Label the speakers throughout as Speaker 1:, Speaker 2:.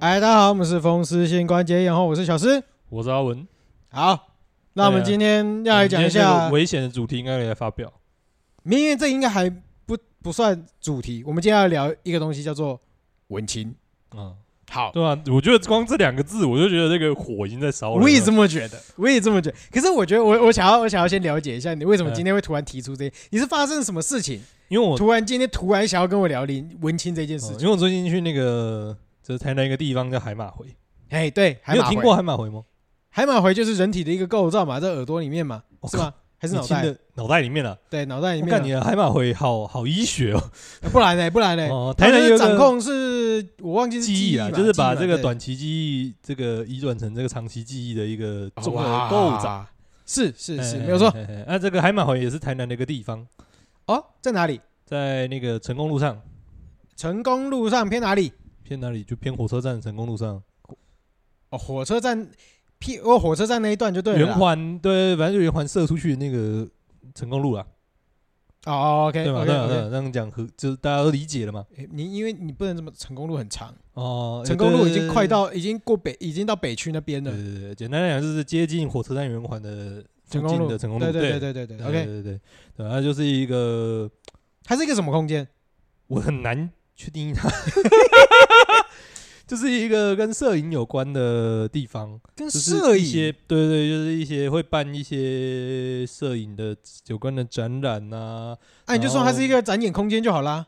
Speaker 1: 哎，大家好，我们是风湿性关节炎后，我是小诗。
Speaker 2: 我是阿文。
Speaker 1: 好，那我们
Speaker 2: 对啊
Speaker 1: 今天要来讲一
Speaker 2: 我哎们今天这
Speaker 1: 下
Speaker 2: 个，危险的主题，应该来发表。
Speaker 1: 明明这应该还不不算主题，我们今天要聊一个东西叫做文青。
Speaker 2: 嗯，
Speaker 1: 好，
Speaker 2: 对啊，我觉得光这两个字，我就觉得这个火已经在烧了。
Speaker 1: 我也这么觉得，我也这么觉得。可是我觉得我，我想要我想要先了解一下你为什么
Speaker 2: 嗯
Speaker 1: 今天会突然提出这，你是发生什么事情？
Speaker 2: 因为我、
Speaker 1: 突然今天突然想要跟我聊林文青这件事
Speaker 2: 嗯因
Speaker 1: 情？
Speaker 2: 为我最近去那个就是台南一个地方叫海马回，
Speaker 1: 哎，对，海
Speaker 2: 你有
Speaker 1: 马
Speaker 2: 听
Speaker 1: 回，
Speaker 2: 过海马回吗？
Speaker 1: 海马回就是人体的一个构造嘛，在耳朵里面嘛，
Speaker 2: 我
Speaker 1: 是
Speaker 2: 靠，
Speaker 1: 吗？还是
Speaker 2: 哦你
Speaker 1: 脑
Speaker 2: 听
Speaker 1: 袋？
Speaker 2: 的脑袋里面了、
Speaker 1: 对，脑袋里
Speaker 2: 我
Speaker 1: 面啊
Speaker 2: 看
Speaker 1: 嘛呃
Speaker 2: 你。的海马回好好医学哦。
Speaker 1: 不然呢？不然呢？
Speaker 2: 哦，
Speaker 1: 它
Speaker 2: 台南
Speaker 1: 就
Speaker 2: 有
Speaker 1: 是
Speaker 2: 一
Speaker 1: 掌
Speaker 2: 个
Speaker 1: 控是我忘记哎是
Speaker 2: 记忆
Speaker 1: 啊，
Speaker 2: 啊，就是
Speaker 1: 记忆
Speaker 2: 把
Speaker 1: 嘛
Speaker 2: 这个
Speaker 1: 对
Speaker 2: 短期记忆这个移转成这个长期记忆的一个综合
Speaker 1: 哇
Speaker 2: 构造。
Speaker 1: 是是是，
Speaker 2: 哎
Speaker 1: 没有。错
Speaker 2: 哎哎哎那这个海马回也是台南的一个地方，
Speaker 1: 哦，在哪里？
Speaker 2: 在那个成功路上，
Speaker 1: 成功路上偏哪里？
Speaker 2: 偏哪里就偏火车站成功路上。
Speaker 1: 哦，火车站偏哦，火车站那一段就对了
Speaker 2: 圆
Speaker 1: 啦。
Speaker 2: 环对，反正就圆环射出去那个成功路啦，
Speaker 1: 哦，OK
Speaker 2: 对吧？
Speaker 1: OK
Speaker 2: 对吧对吧
Speaker 1: OK，
Speaker 2: 这样讲和就是大家都理解了嘛。
Speaker 1: 你因为你不能这么，成功路很长，
Speaker 2: 哦，
Speaker 1: 成功路已经快
Speaker 2: 了。
Speaker 1: 到已经过北，已经到北区那边
Speaker 2: 对
Speaker 1: 了。
Speaker 2: 对对对，简单来讲就是接近火车站圆环的附
Speaker 1: 成
Speaker 2: 近
Speaker 1: 功路
Speaker 2: 的成功路，
Speaker 1: 对对
Speaker 2: 对
Speaker 1: 对对对
Speaker 2: 对
Speaker 1: 对，OK，
Speaker 2: 对对对，它就是一个
Speaker 1: 它是一个什么空间？
Speaker 2: 我很难去定义它，就是一个跟摄影有关的地方，
Speaker 1: 跟
Speaker 2: 就是
Speaker 1: 摄
Speaker 2: 一些
Speaker 1: 影
Speaker 2: 对对，就是一些会办一些摄影的有关的展览啊，
Speaker 1: 啊，你就说它是一个展演空间就好 啦，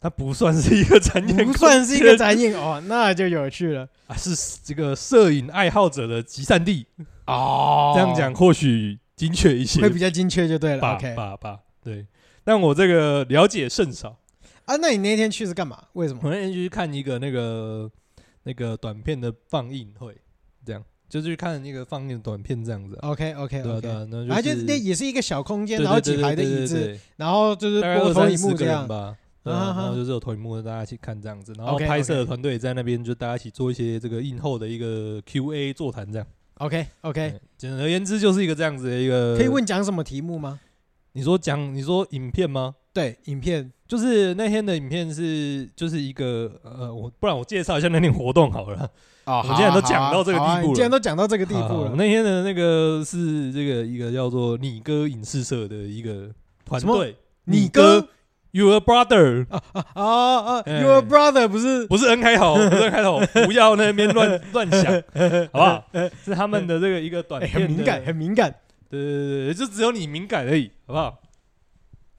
Speaker 2: 它不算是一个展 演，
Speaker 1: 不算是一个展演哦，那就有趣 了。
Speaker 2: 啊，是这个摄影爱好者的集散地。
Speaker 1: 哦
Speaker 2: 这样讲或许精确一些
Speaker 1: 会比较精确就对了。
Speaker 2: 吧
Speaker 1: OK
Speaker 2: 吧吧。对，但我这个了解甚少。
Speaker 1: 啊，那你那天去是干嘛？为什么？
Speaker 2: 我那天去看一个那个那个短片的放映会，这样就是去看那个放映短片这样子啊。
Speaker 1: OK OK
Speaker 2: 对啊对
Speaker 1: OK，
Speaker 2: 啊，那
Speaker 1: 反
Speaker 2: 就
Speaker 1: 哦正就是
Speaker 2: 是
Speaker 1: 那也是一个小空间，
Speaker 2: 对
Speaker 1: 然后
Speaker 2: 对
Speaker 1: 几
Speaker 2: 对
Speaker 1: 排的
Speaker 2: 对对
Speaker 1: 椅
Speaker 2: 对
Speaker 1: 子，
Speaker 2: 对
Speaker 1: 然后就是
Speaker 2: 大概二
Speaker 1: 播投
Speaker 2: 三
Speaker 1: 影
Speaker 2: 十
Speaker 1: 幕
Speaker 2: 个
Speaker 1: 这
Speaker 2: 人
Speaker 1: 样。
Speaker 2: 吧。对
Speaker 1: 啊
Speaker 2: 啊
Speaker 1: 哈，哈
Speaker 2: 然后就是有投影幕，大家去看这样子，然后
Speaker 1: OK，OK
Speaker 2: 拍摄的团队在那边就大家一起做一些这个映后的一个 Q&A 座谈这样。
Speaker 1: OK OK，
Speaker 2: 嗯简而言之，就是一个这样子的一个。
Speaker 1: 哎可以问讲什么题目吗？
Speaker 2: 你说讲你说影片吗？
Speaker 1: 对，影片
Speaker 2: 就是那天的影片是就是一个呃，我不然我介绍一下那天活动好了。
Speaker 1: 啊
Speaker 2: 我们既然都讲到这个地步了
Speaker 1: 既然都讲到这个地
Speaker 2: 好
Speaker 1: 步
Speaker 2: 好
Speaker 1: 了，
Speaker 2: 啊那天的那个是这个一个叫做你哥影视社的一个团队，
Speaker 1: 你
Speaker 2: 哥
Speaker 1: 哥
Speaker 2: Your Brother
Speaker 1: 啊啊
Speaker 2: 哎
Speaker 1: ，Your brother 不是
Speaker 2: 不是 N 开头，不是 N 开 头，不要那边乱乱想，好不好？是他们的这个一个短
Speaker 1: 哎
Speaker 2: 片的，
Speaker 1: 很敏感，很敏感。
Speaker 2: 对对对对，就只有你敏感而已，好不好？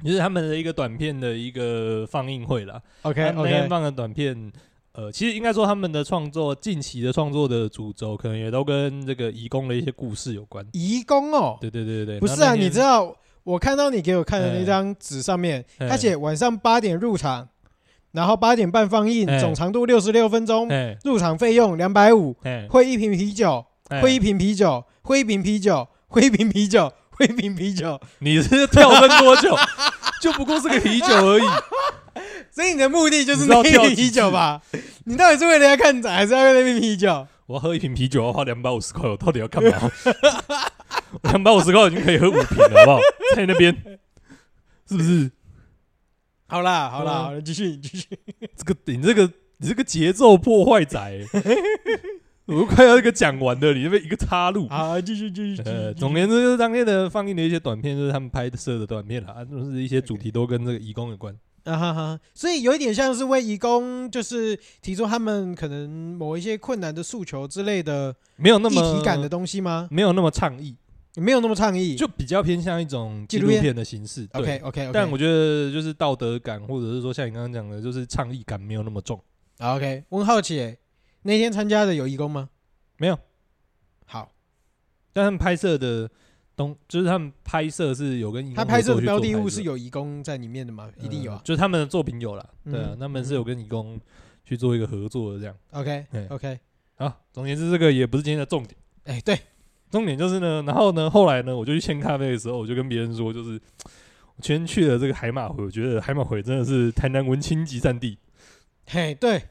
Speaker 2: 就是他们的一个短片的一个放映会啦。
Speaker 1: OK
Speaker 2: 那天
Speaker 1: OK，
Speaker 2: 放的短片，呃，其实应该说他们的创作，近期的创作的主轴，可能也都跟这个移工的一些故事有关。
Speaker 1: 移工哦，
Speaker 2: 对对对对对，
Speaker 1: 不是啊，你知
Speaker 2: 道
Speaker 1: 道我看到你给我看的那
Speaker 2: 哎
Speaker 1: 张纸上面，
Speaker 2: 哎
Speaker 1: 他写晚上八点入场，然后八点半放映，
Speaker 2: 哎
Speaker 1: 总长度六十六分钟，
Speaker 2: 哎
Speaker 1: 入场费用两百五，
Speaker 2: 哎，
Speaker 1: 会一瓶啤酒，
Speaker 2: 哎
Speaker 1: 会一瓶啤酒，会一瓶啤酒，会一瓶啤酒， 会一瓶啤酒。
Speaker 2: 你是跳升多久？ 就不过是个啤酒而已，
Speaker 1: 所以你的目的就是
Speaker 2: 你知
Speaker 1: 那
Speaker 2: 道
Speaker 1: 一
Speaker 2: 跳
Speaker 1: 瓶
Speaker 2: 几
Speaker 1: 啤酒
Speaker 2: 次
Speaker 1: 吧？你到底是为了要看展，还是要为了那瓶啤酒？
Speaker 2: 我要喝一瓶啤酒要花两百五十块，我到底要 干嘛？两百五十块我已经可以喝五瓶了，好不好？在那边是不是？
Speaker 1: 好啦，好啦，
Speaker 2: 嗯
Speaker 1: 好了，继续，你继续。
Speaker 2: 这个你这个你这个节奏破坏仔、 我都快要一个讲完了，你那边一个插入。
Speaker 1: 好，继续，继续，继
Speaker 2: 呃，
Speaker 1: 续。
Speaker 2: 总而言之，就是当天的放映的一些短片，就是他们拍摄的短片啦，啊就是一些主题都跟这个义工有关。
Speaker 1: 啊哈哈，所以有一点像是为义工，就是提出他们可能某一些困难的诉求之类的
Speaker 2: 没有那
Speaker 1: 议
Speaker 2: 么
Speaker 1: 题感的东西吗？
Speaker 2: 没有那么倡议，
Speaker 1: 没有那么倡议。
Speaker 2: 就比较偏向一种纪
Speaker 1: 纪
Speaker 2: 录
Speaker 1: 录片
Speaker 2: 片的形式。对
Speaker 1: OK OK，
Speaker 2: 但我觉得就是道德感，或者是说像你刚刚讲的，就是倡议感没有那么重。
Speaker 1: OK，我很好奇耶，那天参加的有义工吗？
Speaker 2: 没有，
Speaker 1: 好，
Speaker 2: 但他们拍摄的东，就是他们拍摄是有跟义工
Speaker 1: 他拍摄的
Speaker 2: 合作去
Speaker 1: 标
Speaker 2: 做
Speaker 1: 的
Speaker 2: 拍
Speaker 1: 物
Speaker 2: 摄
Speaker 1: 是有义工在里面的吗？一定有
Speaker 2: 呃
Speaker 1: 啊。
Speaker 2: 就是他们的作品有啦，对啊
Speaker 1: 嗯，
Speaker 2: 他们是有跟义工去做一个合作的这样。
Speaker 1: OK
Speaker 2: 哎
Speaker 1: OK，
Speaker 2: 啊，总而言之，这个也不是今天的重点。
Speaker 1: 哎，对，
Speaker 2: 重点就是呢，然后呢，后来呢，我就去签咖啡的时候，我就跟别人说，就是我前天去了这个海马回，我觉得海马回真的是台南文青集散地。
Speaker 1: 嘿，对，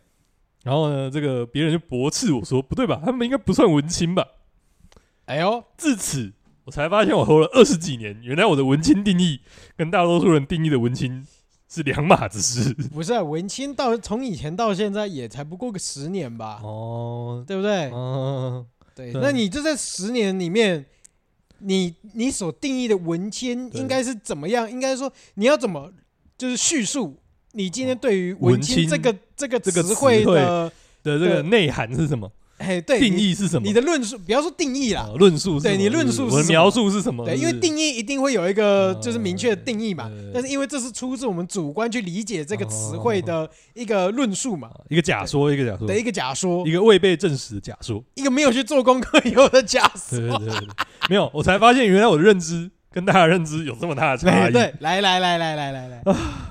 Speaker 2: 然后呢，这个别人就驳斥我说，不对吧，他们应该不算文青吧？
Speaker 1: 哎呦，
Speaker 2: 至此，我才发现我活了二十几年，原来我的文青定义跟大多数人定义的文青是两码子事。
Speaker 1: 不是、啊、文青到从以前到现在也才不过个十年吧，
Speaker 2: 哦，
Speaker 1: 对不对？
Speaker 2: 嗯，
Speaker 1: 对，
Speaker 2: 对
Speaker 1: 那你这在十年里面，你你所定义的文青
Speaker 2: 对
Speaker 1: 应该是怎么样？应该说你要怎么就是叙述你今天对于
Speaker 2: 文
Speaker 1: 文青
Speaker 2: 青
Speaker 1: 这个这个
Speaker 2: 这个
Speaker 1: 词汇
Speaker 2: 词汇
Speaker 1: 的
Speaker 2: 的这
Speaker 1: 对
Speaker 2: 个内涵是什么？
Speaker 1: 哎，对
Speaker 2: 定
Speaker 1: 你
Speaker 2: 义是什么？
Speaker 1: 你的论述，不要说定义啦
Speaker 2: 呃，论述是
Speaker 1: 对
Speaker 2: 什么
Speaker 1: 你论述是
Speaker 2: 我的
Speaker 1: 什么
Speaker 2: 描述是什么？
Speaker 1: 对，
Speaker 2: 是
Speaker 1: 因
Speaker 2: 不
Speaker 1: 为
Speaker 2: 是
Speaker 1: 定义一定会有一个
Speaker 2: 呃
Speaker 1: 就是明确的定义嘛
Speaker 2: 对对，
Speaker 1: 但是因为这是出自我们主观去理解这个词汇的一个论述嘛
Speaker 2: 啊一个假说，一个假说，
Speaker 1: 的一个假说
Speaker 2: 一，个未被证实的假 说。
Speaker 1: 一个没有去做功课以后的假
Speaker 2: 对
Speaker 1: 说。
Speaker 2: 对对对，对没有，我才发现原来我的认知跟大家的认知有这么大的差
Speaker 1: 对
Speaker 2: 异。
Speaker 1: 对，来来来来来来来，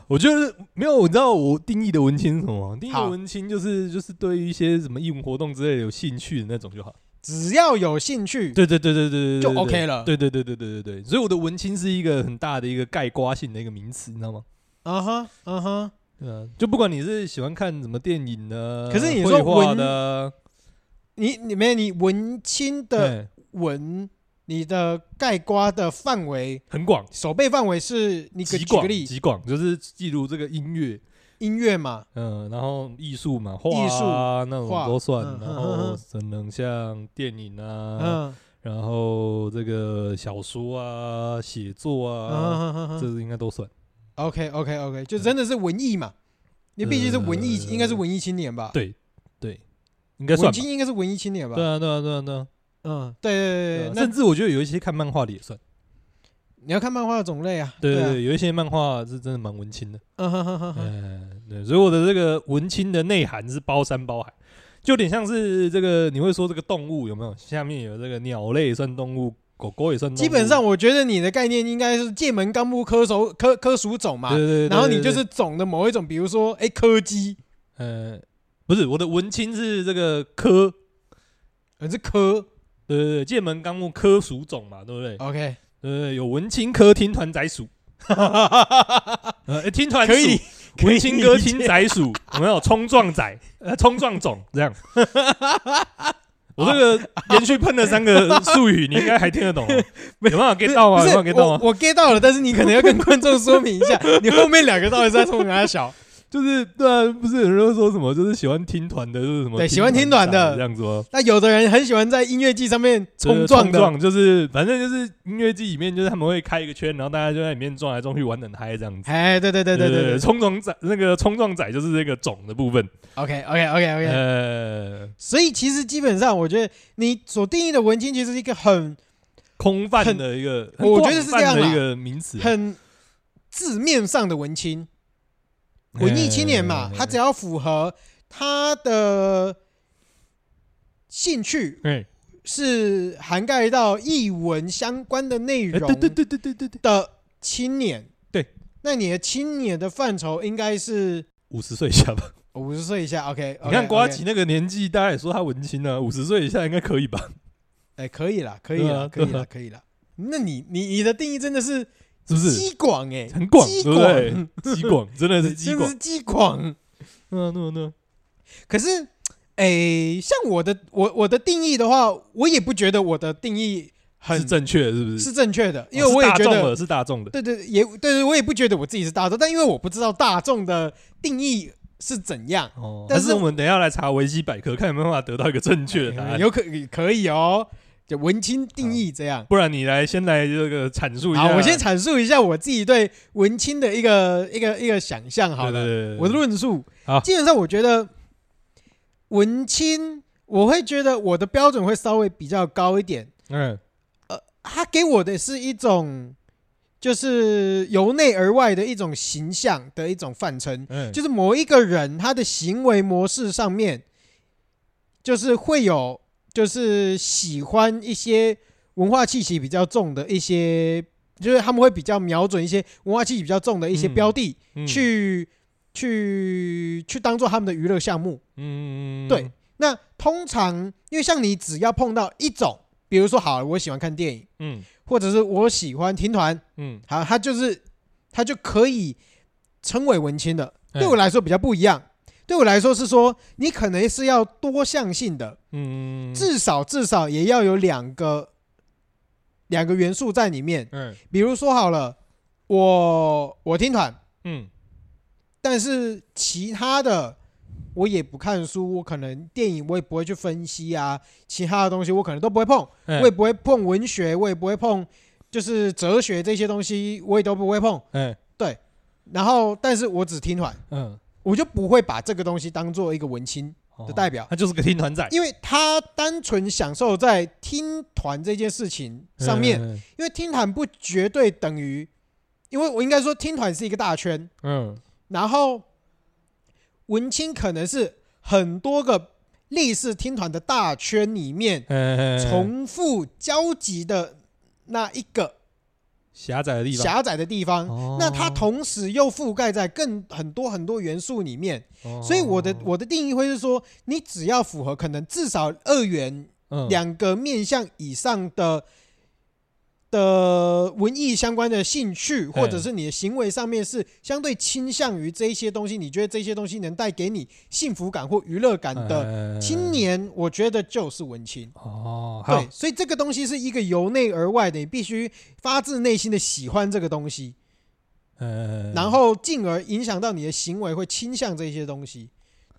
Speaker 2: 我觉得没有，你知道我定义的文青是什么吗？定义的
Speaker 1: 好
Speaker 2: 文青就是就是对于一些什么义务活动之类的有兴趣的那种就好。
Speaker 1: 只要有兴趣，
Speaker 2: 对对对对对对，
Speaker 1: 就
Speaker 2: 对对
Speaker 1: OK 了
Speaker 2: 对对对对对对对，所以我的文青是一个很大的一个概括性的一个名词，你知道吗？
Speaker 1: 嗯哼嗯哼，
Speaker 2: 对啊，就不管你是喜欢看什么电影呢，
Speaker 1: 可是你
Speaker 2: 绘
Speaker 1: 说
Speaker 2: 画
Speaker 1: 文
Speaker 2: 的
Speaker 1: 你你没有你文青的
Speaker 2: 嘿
Speaker 1: 文，你的盖瓜的范围，
Speaker 2: 很广，
Speaker 1: 手背范围是你给
Speaker 2: 极
Speaker 1: 举
Speaker 2: 广
Speaker 1: 个例，
Speaker 2: 极广，就是记录这个音乐，
Speaker 1: 音乐嘛，
Speaker 2: 嗯，然后艺术嘛，画
Speaker 1: 艺术
Speaker 2: 啊那种
Speaker 1: 画
Speaker 2: 都算，
Speaker 1: 嗯
Speaker 2: 然
Speaker 1: 嗯嗯
Speaker 2: 后
Speaker 1: 嗯
Speaker 2: 可能像电影啊，
Speaker 1: 嗯
Speaker 2: 然后这个小说啊、写作
Speaker 1: 嗯
Speaker 2: 啊，
Speaker 1: 嗯嗯嗯
Speaker 2: 这嗯应该都算。
Speaker 1: OK OK OK，就真的是文艺嘛？你毕竟是文艺，
Speaker 2: 呃
Speaker 1: 应该是文艺青年吧？
Speaker 2: 对对，应该算
Speaker 1: 文
Speaker 2: 吧。
Speaker 1: 青应该是文艺青年吧？
Speaker 2: 对啊对啊对啊对啊，
Speaker 1: 嗯，对对对
Speaker 2: 对啊
Speaker 1: 对。
Speaker 2: 甚
Speaker 1: 那
Speaker 2: 至我觉得有一些看漫画的也算。
Speaker 1: 你要看漫画的种类啊？
Speaker 2: 对对
Speaker 1: 啊，
Speaker 2: 对，有一些漫画是真的蛮文青的。
Speaker 1: 嗯哼哼哼哼，
Speaker 2: 嗯， 对，所以我的这个文青的内涵是包山包海，就有点像是这个你会说这个动物有没有？下面有这个鸟类算动物，狗狗也算动物。
Speaker 1: 基本上我觉得你的概念应该是界门纲目科属科科属种嘛
Speaker 2: 对，对对，对
Speaker 1: 然后你就
Speaker 2: 对
Speaker 1: 是种的某一种，比如说哎柯基，
Speaker 2: 呃，不是我的文青是这个科，
Speaker 1: 呃是科
Speaker 2: 对对对，剑门纲目科属种嘛，对不对？
Speaker 1: ，OK，
Speaker 2: 对对对，有文青科听团仔 属， 呃，诶听团
Speaker 1: 可以
Speaker 2: 属，
Speaker 1: 可以
Speaker 2: 文青科
Speaker 1: 理解
Speaker 2: 听仔属，有没有冲撞 仔？呃，冲撞种这 样。我这个连续喷了三个术语，你应该还听得懂 哦，有办法 get 到吗？
Speaker 1: 不
Speaker 2: 有
Speaker 1: 是
Speaker 2: 办法 get 到吗？啊
Speaker 1: 我我 get 到了，但是你可能要跟观众说明一 下，你后面两个到底是在冲哪小？
Speaker 2: 就是对啊，不是有人会说什么，就是喜欢听团的，就是什么
Speaker 1: 对喜欢听
Speaker 2: 团
Speaker 1: 团的
Speaker 2: 仔这样子哦吗？
Speaker 1: 那有的人很喜欢在音乐季上面
Speaker 2: 就是
Speaker 1: 冲撞的，
Speaker 2: 撞就是反正就是音乐季里面，就是他们会开一个圈，然后大家就在里面撞来撞去，玩得很嗨这样子。
Speaker 1: 哎，对对对对对对
Speaker 2: 冲撞仔那个冲撞仔就是这个种的部分。
Speaker 1: ，OK OK OK OK。
Speaker 2: 呃，
Speaker 1: 所以其实基本上，我觉得你所定义的文青其实是一个很
Speaker 2: 空泛的一个，
Speaker 1: 很我觉得是这样啦
Speaker 2: 很广泛的一个名词。
Speaker 1: 很字面上的文青，文艺青年嘛，他只
Speaker 2: 样，
Speaker 1: 要符合他的兴趣
Speaker 2: 哎，
Speaker 1: 是涵盖到译文相关的内
Speaker 2: 哎
Speaker 1: 容
Speaker 2: 对对对对对对对，
Speaker 1: 的青年，
Speaker 2: 对，
Speaker 1: 那你的青年的范畴应该是哦
Speaker 2: 五十岁以 下吧。
Speaker 1: 五十岁以下，OK，
Speaker 2: 你看瓜吉，那个年纪，大家也说他文青啊，五十岁以下应该可以吧？
Speaker 1: 哎，可以啦，可以
Speaker 2: 对
Speaker 1: 啦
Speaker 2: 啊，
Speaker 1: 可以
Speaker 2: 对
Speaker 1: 啦
Speaker 2: 啊，
Speaker 1: 可以啦。那你你你的定义真的是
Speaker 2: 是不是？
Speaker 1: 激广哎，
Speaker 2: 很广，
Speaker 1: 激
Speaker 2: 对不
Speaker 1: 广，
Speaker 2: 对？激广 真的是激
Speaker 1: 真的
Speaker 2: 广
Speaker 1: 是。激广。
Speaker 2: 嗯，那那
Speaker 1: 可是，诶，像我的我我的定义的话，我也不觉得我的定义很
Speaker 2: 是正确的是不是？
Speaker 1: 是正确的，因
Speaker 2: 哦
Speaker 1: 为
Speaker 2: 是
Speaker 1: 我也
Speaker 2: 大
Speaker 1: 觉
Speaker 2: 众
Speaker 1: 得，
Speaker 2: 的是大众的。
Speaker 1: 对对也对对，我也不觉得我自己是大众，但因为我不知道大众的定义是怎样，
Speaker 2: 哦，但
Speaker 1: 但
Speaker 2: 是
Speaker 1: 是
Speaker 2: 我们等一下来查维基百科，看有没有办法得到一个正确的答案。
Speaker 1: 哎有可可以哦，就文青定义这样。
Speaker 2: 不然你来先来这个阐述一
Speaker 1: 好，
Speaker 2: 下。
Speaker 1: 我先阐述一下我自己对文青的一个一个一个想象好
Speaker 2: 对
Speaker 1: 了。
Speaker 2: 对对，对
Speaker 1: 我的论述
Speaker 2: 好。
Speaker 1: 基本上我觉得文青，我会觉得我的标准会稍微比较高一点。
Speaker 2: 嗯
Speaker 1: 他给我的是一种，就是由内而外的一种形象的一种泛称，
Speaker 2: 嗯，
Speaker 1: 就是某一个人他的行为模式上面，就是会有就是喜欢一些文化气息比较重的一些，就是他们会比较瞄准一些文化气息比较重的一些
Speaker 2: 嗯
Speaker 1: 标的。
Speaker 2: 嗯
Speaker 1: 去去去当做他们的娱乐项目。
Speaker 2: 嗯
Speaker 1: 对那通常，因为像你只要碰到一种，比如说好，我喜欢看电影，
Speaker 2: 嗯
Speaker 1: 或者是我喜欢听团，
Speaker 2: 嗯，
Speaker 1: 好，他就是他就可以称为文青的。
Speaker 2: 哎
Speaker 1: 对我来说比较不一样，对我来说是说你可能是要多项性的，
Speaker 2: 嗯
Speaker 1: 至少至少也要有两个两个元素在里面。
Speaker 2: 嗯
Speaker 1: 比如说好了，我我听团，
Speaker 2: 嗯
Speaker 1: 但是其他的我也不看书，我可能电影我也不会去分析啊，其他的东西我可能都不会碰，
Speaker 2: 哎
Speaker 1: 我也不会碰文学，我也不会碰就是哲学这些东西，我也都不会碰。
Speaker 2: 哎
Speaker 1: 然后，但是我只听团，
Speaker 2: 嗯，
Speaker 1: 我就不会把这个东西当做一个文青
Speaker 2: 哦
Speaker 1: 的代表，
Speaker 2: 他就是个听团仔
Speaker 1: 因为他单纯享受在听团这件事情上面，，
Speaker 2: 嗯
Speaker 1: 因为听团不绝对等于，因为我应该说听团是一个大圈，
Speaker 2: 嗯
Speaker 1: 然后文青可能是很多个类似听团的大圈里面
Speaker 2: 嗯嗯，
Speaker 1: 重复交集的那一个
Speaker 2: 狭窄的地方，
Speaker 1: 狭窄的地方。
Speaker 2: 哦
Speaker 1: 那它，同时又覆盖在更很多很多元素里面，
Speaker 2: 哦
Speaker 1: 所以我的我的定义会是说，你只要符合可能至少二元
Speaker 2: 嗯
Speaker 1: 两个面向以上的的文艺相关的兴
Speaker 2: 嗯
Speaker 1: 趣，或者是你的行为上面是相对倾向于这一些东西，你觉得这些东西能带给你幸福感或娱乐感的
Speaker 2: 的
Speaker 1: 青年，我觉得就是文青。
Speaker 2: 哦，嗯好
Speaker 1: 对，，所以这个东西是一个由内而外的，你必须发自内心的喜欢这个东西，
Speaker 2: 嗯，
Speaker 1: 然后进而影响到你的行为，会倾向这些东西。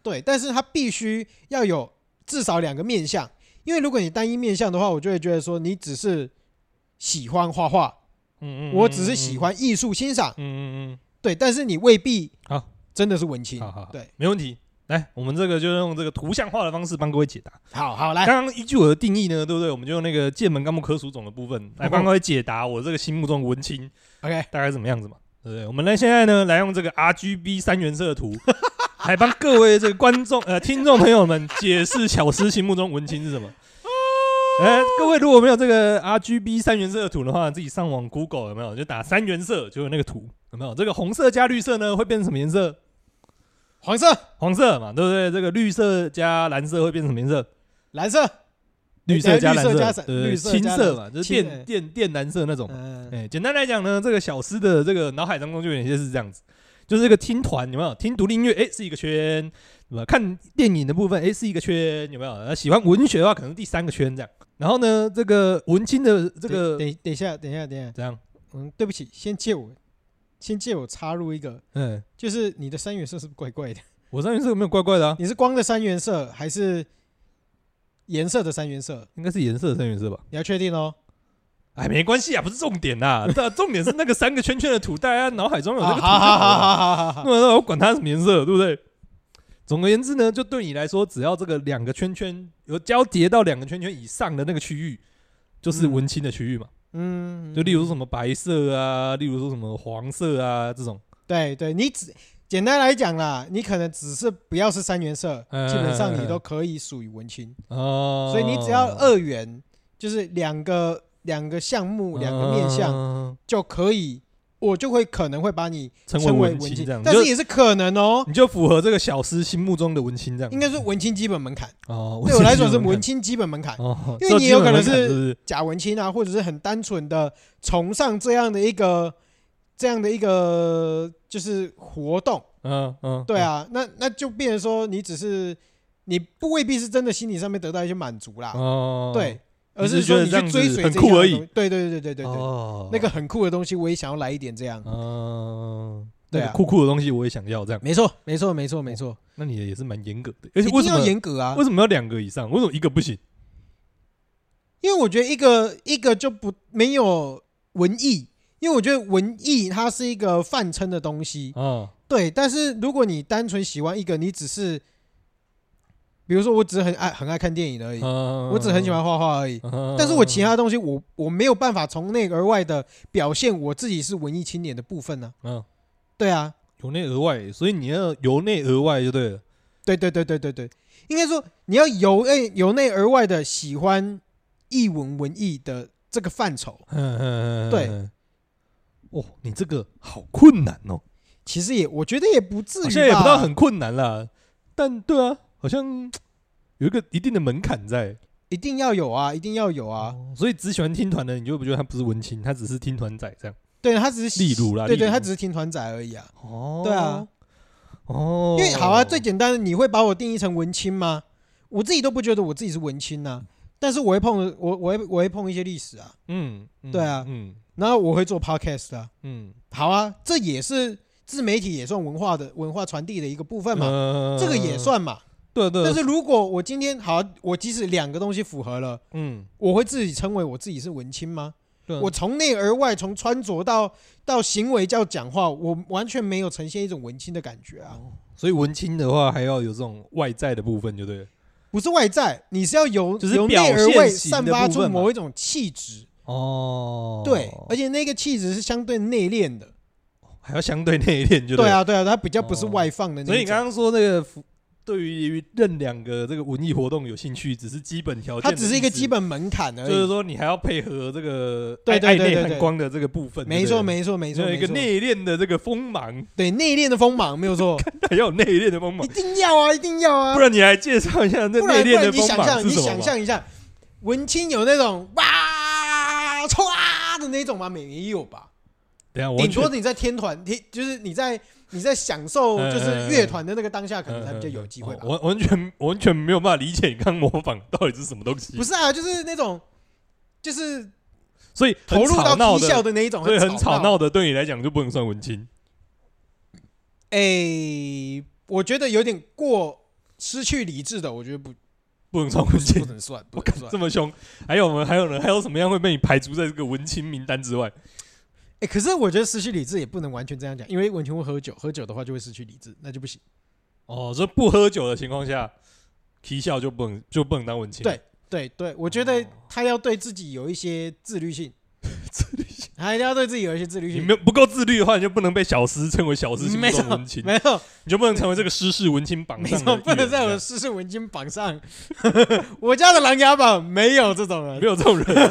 Speaker 1: 对，但是它必须要有至少两个面向，因为如果你单一面向的话，我就会觉得说你只是喜欢画画，
Speaker 2: 嗯，嗯
Speaker 1: 我只是喜，欢艺术欣赏，
Speaker 2: 嗯嗯嗯嗯
Speaker 1: 对，但是你未必
Speaker 2: 好
Speaker 1: 真的是文青
Speaker 2: 嗯，。好好，好
Speaker 1: 对，
Speaker 2: 没问题。来，我们这个就用这个图像化的方式帮各位解答。
Speaker 1: 好好来，
Speaker 2: 刚刚依据我的定义呢，对不对？我们就用那个剑门纲目科属种的部分
Speaker 1: 哦
Speaker 2: 来帮各位解答我这个心目中的文青
Speaker 1: OK，
Speaker 2: 大概是怎么样子嘛，对不对？我们来现在呢，来用这个 RGB 三原 色图，来帮各位这个观众呃听众朋友们解释小诗心目中文青是什么。
Speaker 1: 哦
Speaker 2: 哎、各位如果没有这个 RGB 三原色的图的话，自己上网 Google 有没有？就打三原色，就有那个图有没有？这个红色加绿色呢会变成什么颜色？
Speaker 1: 黄色、
Speaker 2: 黄色嘛，对不对？这个绿色加蓝色会变成什么颜色？
Speaker 1: 蓝色，
Speaker 2: 绿色加蓝
Speaker 1: 绿色加
Speaker 2: 色，
Speaker 1: 闪
Speaker 2: 对对
Speaker 1: 绿色加
Speaker 2: 青色嘛，就是
Speaker 1: 青
Speaker 2: 电
Speaker 1: 哎
Speaker 2: 电电蓝色那种。
Speaker 1: 嗯，
Speaker 2: 哎，简单来讲呢，这个小诗的这个脑海当中就有点像是这样子，就是这个听团有没有？听独立音乐，哎，是一个圈，对吧？看电影的部分，哎，是一个圈，有没有？呃喜欢文学的话，可能第三个圈这样。然后呢，这个文青的
Speaker 1: 这
Speaker 2: 这个
Speaker 1: 等等一下，等一下，等一下，
Speaker 2: 怎样？
Speaker 1: 嗯，对不起，先借我，先借我插入一个，
Speaker 2: 嗯，
Speaker 1: 就是你的三原色是不是怪怪的？
Speaker 2: 我上面是有没有怪怪的啊？
Speaker 1: 你是光的三原色还是颜色的三原色？
Speaker 2: 应该是颜色的三原色吧？
Speaker 1: 你要确定哦。
Speaker 2: 哎，没关系啊，不 是重点啦，这重点是那个三个圈圈的图，大家脑海中有这
Speaker 1: 啊
Speaker 2: 个
Speaker 1: 好
Speaker 2: 图就
Speaker 1: 好
Speaker 2: 好
Speaker 1: 好
Speaker 2: 了。
Speaker 1: 好好好 好，
Speaker 2: 那我管它什么颜色，对不对？总而言之呢，就对你来说，只要这个两个圈圈有交叠到两个圈圈以上的那个区域，就是文青的区域嘛。
Speaker 1: 嗯，
Speaker 2: 就例如说什么白色啊，例如说什么黄色啊这种，
Speaker 1: 对对，你只简单来讲啦，你可能只是不要是三原色，
Speaker 2: 嗯
Speaker 1: 基本上你都可以属于文青，
Speaker 2: 哦，
Speaker 1: 所以你只要二元，就是两个两个项
Speaker 2: 嗯
Speaker 1: 目两个面向
Speaker 2: 向
Speaker 1: 就可以，我就会可能会把你
Speaker 2: 成啊为
Speaker 1: 称为
Speaker 2: 文
Speaker 1: 文
Speaker 2: 青
Speaker 1: 青
Speaker 2: 这样，，
Speaker 1: 但
Speaker 2: 你
Speaker 1: 是
Speaker 2: 就
Speaker 1: 也是可能哦，
Speaker 2: 你就符合这个小诗心目中的文青这样。
Speaker 1: 应该说文青基本门槛，
Speaker 2: 哦，
Speaker 1: 对我来说是
Speaker 2: 嗯文
Speaker 1: 文青基本门槛
Speaker 2: 青，门槛哦，
Speaker 1: 因为你有可能
Speaker 2: 这基本门
Speaker 1: 是
Speaker 2: 槛是不是
Speaker 1: 假文青啊，或者是很单纯的崇尚这样的一个这样的一个就是活动，
Speaker 2: 嗯嗯，
Speaker 1: 对啊，那那就变成说你只是你不未必是真的心理上面得到一些满足啦，
Speaker 2: 哦，
Speaker 1: 对，而
Speaker 2: 你只
Speaker 1: 是
Speaker 2: 是觉
Speaker 1: 说
Speaker 2: 得
Speaker 1: 你
Speaker 2: 这样
Speaker 1: 去追
Speaker 2: 子
Speaker 1: 随
Speaker 2: 很
Speaker 1: 这
Speaker 2: 酷
Speaker 1: 样的
Speaker 2: 而已
Speaker 1: 东西对对对对对对，
Speaker 2: 哦，
Speaker 1: 那个很酷的东西我也想要来一点这样，
Speaker 2: 嗯，
Speaker 1: 对
Speaker 2: 那
Speaker 1: 啊
Speaker 2: 个酷酷的东西我也想要这样。
Speaker 1: 没错没错没错没错，
Speaker 2: 那你也是蛮严格的，而且
Speaker 1: 一
Speaker 2: 哦为
Speaker 1: 定
Speaker 2: 什
Speaker 1: 要
Speaker 2: 么
Speaker 1: 严格啊
Speaker 2: 为，什么要两个以上？为什么一个不行？
Speaker 1: 因为我觉得一个一个就不没有文艺。因为我觉得文艺它是一个泛称的东西，
Speaker 2: 啊，
Speaker 1: 对，但是如果你单纯喜欢一个，你只是，比如说我只是很爱很爱看电影而已，
Speaker 2: 我
Speaker 1: 嗯我只很喜，欢画画而已，
Speaker 2: 嗯
Speaker 1: 但是我其他东西我我没有办法从内而外的表现我自己是文艺青年的部分呢、
Speaker 2: 嗯
Speaker 1: 对啊，
Speaker 2: 由内而外，所以你要由内而外就对了。
Speaker 1: 对对对对对对，应该说你要由内由内而外的喜欢艺文文艺的这个范畴，
Speaker 2: 嗯嗯嗯
Speaker 1: 对
Speaker 2: 嗯 哦，你这个好困难哦，
Speaker 1: 其实也我觉得也不至于吧，
Speaker 2: 好像也不到很困难啦，但对啊，好像有一个一定的门槛在
Speaker 1: 一定要有啊，一定要有啊，，
Speaker 2: 哦所以只喜欢听团的，你就不觉得他不是文青，他只是听团仔这样。
Speaker 1: 对他只是
Speaker 2: 例如啦
Speaker 1: 对对，
Speaker 2: 例如
Speaker 1: 他只是听团仔而已啊，
Speaker 2: 哦
Speaker 1: 对啊，
Speaker 2: 哦，
Speaker 1: 因为好啊，最简单的，你会把我定义成文青吗？我自己都不觉得我自己是文青呐、但是我会碰我我会我会碰一些历史啊，
Speaker 2: 嗯，嗯
Speaker 1: 对啊
Speaker 2: 嗯
Speaker 1: 然后我会做 podcast 啊，
Speaker 2: 嗯
Speaker 1: 好啊，这也是自媒体也算文化的文化传递的一个部分嘛，
Speaker 2: 嗯
Speaker 1: 这个也算嘛。
Speaker 2: 呃对对，
Speaker 1: 但是如果我今天好，我即使两个东西符合了，
Speaker 2: 嗯，
Speaker 1: 我会自己称为我自己是文青吗？
Speaker 2: 对
Speaker 1: 我从内而外，从穿着到到行为到讲话，我完全没有呈现一种文青的感觉啊！
Speaker 2: 所以文青的话还要有这种外在的部分，就对了。
Speaker 1: 不是外在，你是要由
Speaker 2: 就是
Speaker 1: 由
Speaker 2: 表
Speaker 1: 内
Speaker 2: 现
Speaker 1: 而外
Speaker 2: 型的
Speaker 1: 散发
Speaker 2: 部
Speaker 1: 出
Speaker 2: 分嘛
Speaker 1: 某一种气质，
Speaker 2: 哦，
Speaker 1: 对，哎而且那个气质是相对内敛的，
Speaker 2: 还要相对内敛，就
Speaker 1: 对
Speaker 2: 了。
Speaker 1: 啊，对啊，它比较不是
Speaker 2: 哦
Speaker 1: 外放的那种。
Speaker 2: 所以你刚刚说那个服对于任两个这个文艺活动有兴趣，只是基本条件，
Speaker 1: 它只是一个基，本门槛而
Speaker 2: 就是
Speaker 1: 已。
Speaker 2: 说你还要配合这个
Speaker 1: 对
Speaker 2: 爱
Speaker 1: 对
Speaker 2: 爱
Speaker 1: 对
Speaker 2: 内
Speaker 1: 对
Speaker 2: 涵
Speaker 1: 对
Speaker 2: 光的这个部分，
Speaker 1: 没
Speaker 2: 对
Speaker 1: 错，
Speaker 2: 不对
Speaker 1: 没错，没错，
Speaker 2: 要有一
Speaker 1: 没
Speaker 2: 个
Speaker 1: 错。
Speaker 2: 内敛的这个锋芒，
Speaker 1: 对内敛的锋芒没有错，
Speaker 2: 还要有内敛的锋
Speaker 1: 一
Speaker 2: 芒，
Speaker 1: 定要啊，一定要啊，
Speaker 2: 不然你来介绍一下那
Speaker 1: 不然
Speaker 2: 内
Speaker 1: 不
Speaker 2: 敛的
Speaker 1: 然你
Speaker 2: 锋
Speaker 1: 想
Speaker 2: 芒
Speaker 1: 象，
Speaker 2: 是
Speaker 1: 你
Speaker 2: 什么
Speaker 1: 想
Speaker 2: 吗？
Speaker 1: 象一下，文青有那种哇冲啊的那种吗？没有吧？
Speaker 2: 等一下，我
Speaker 1: 顶
Speaker 2: 啊完全
Speaker 1: 多你在天团，天就是你在你在享受
Speaker 2: 嗯
Speaker 1: 就是乐团的那个当下，可能
Speaker 2: 嗯
Speaker 1: 才比较
Speaker 2: 嗯
Speaker 1: 有
Speaker 2: 嗯
Speaker 1: 机会吧
Speaker 2: 我。我完全我完全没有办法理解你刚刚模仿到底是什么东西，
Speaker 1: 不是啊，就是那种就是
Speaker 2: 所以很
Speaker 1: 投入
Speaker 2: 吵
Speaker 1: 到
Speaker 2: 闹
Speaker 1: 啼笑
Speaker 2: 的，
Speaker 1: 的那一种，
Speaker 2: 所以很吵
Speaker 1: 吵。
Speaker 2: 闹的，对你来讲就不能算文青。
Speaker 1: 哎，我觉得有点过失去理智的，我觉得不
Speaker 2: 不能算文青
Speaker 1: 不，能算，不能
Speaker 2: 我敢
Speaker 1: 算
Speaker 2: 这。么凶，还有呢？还有呢？还有什么样会被你排除在这个文青名单之外？
Speaker 1: 哎，可是我觉得失去理智也不能完全这样讲，因为完全会喝酒，喝酒的话就会失去理智，那就不行。
Speaker 2: 哦，说不喝酒的情况下，啼笑就不能就不能当文青。
Speaker 1: 对对对，我觉
Speaker 2: 哦
Speaker 1: 得他要对自己有一些自律性，
Speaker 2: 自律性，
Speaker 1: 他一定要对自己有一些自律
Speaker 2: 你
Speaker 1: 性。
Speaker 2: 没有不够自律的话，你就不能被小师称为小师心
Speaker 1: 没
Speaker 2: 目
Speaker 1: 错
Speaker 2: 中的文青，
Speaker 1: 没有，
Speaker 2: 你就不能成为这个失事文青榜
Speaker 1: 没
Speaker 2: 上
Speaker 1: 错，
Speaker 2: 的
Speaker 1: 不能在我的世事文金榜上。 我家的琅琊榜没有这种
Speaker 2: 没
Speaker 1: 人。
Speaker 2: 有这种人。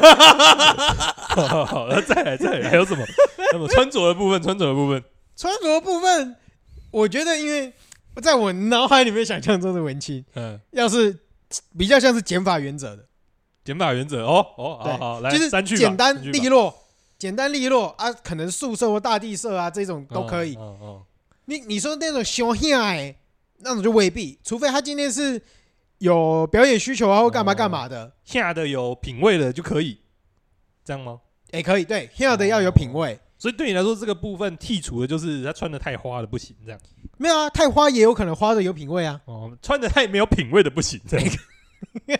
Speaker 2: 好好好，那再来再来，还有 什么？那么穿着的部分，穿着的部分，
Speaker 1: 穿着部分，我觉得因为在我脑海里面想象中的文青，
Speaker 2: 嗯，
Speaker 1: 要是比较像是减法原则的，减
Speaker 2: 减法原则。哦哦，好
Speaker 1: 对
Speaker 2: 好，来，
Speaker 1: 就是
Speaker 2: 删去吧
Speaker 1: 简单
Speaker 2: 删去吧
Speaker 1: 利落。简单利落啊，可能宿舍或大地社啊，这种都可以。
Speaker 2: 嗯嗯嗯
Speaker 1: 你你说那种熊下哎，那种就未必，除非他今天是有表演需求啊，或干嘛干嘛的，
Speaker 2: 下的有品味的就可以，这样吗？
Speaker 1: 哎、可以对，下的要有品味。
Speaker 2: 所以对你来说，这个部分剔除的就是他穿的太花的不行，这样
Speaker 1: 没有啊，太花也有可能花的有品味啊。
Speaker 2: 哦，穿的太没有品味的不行，这样。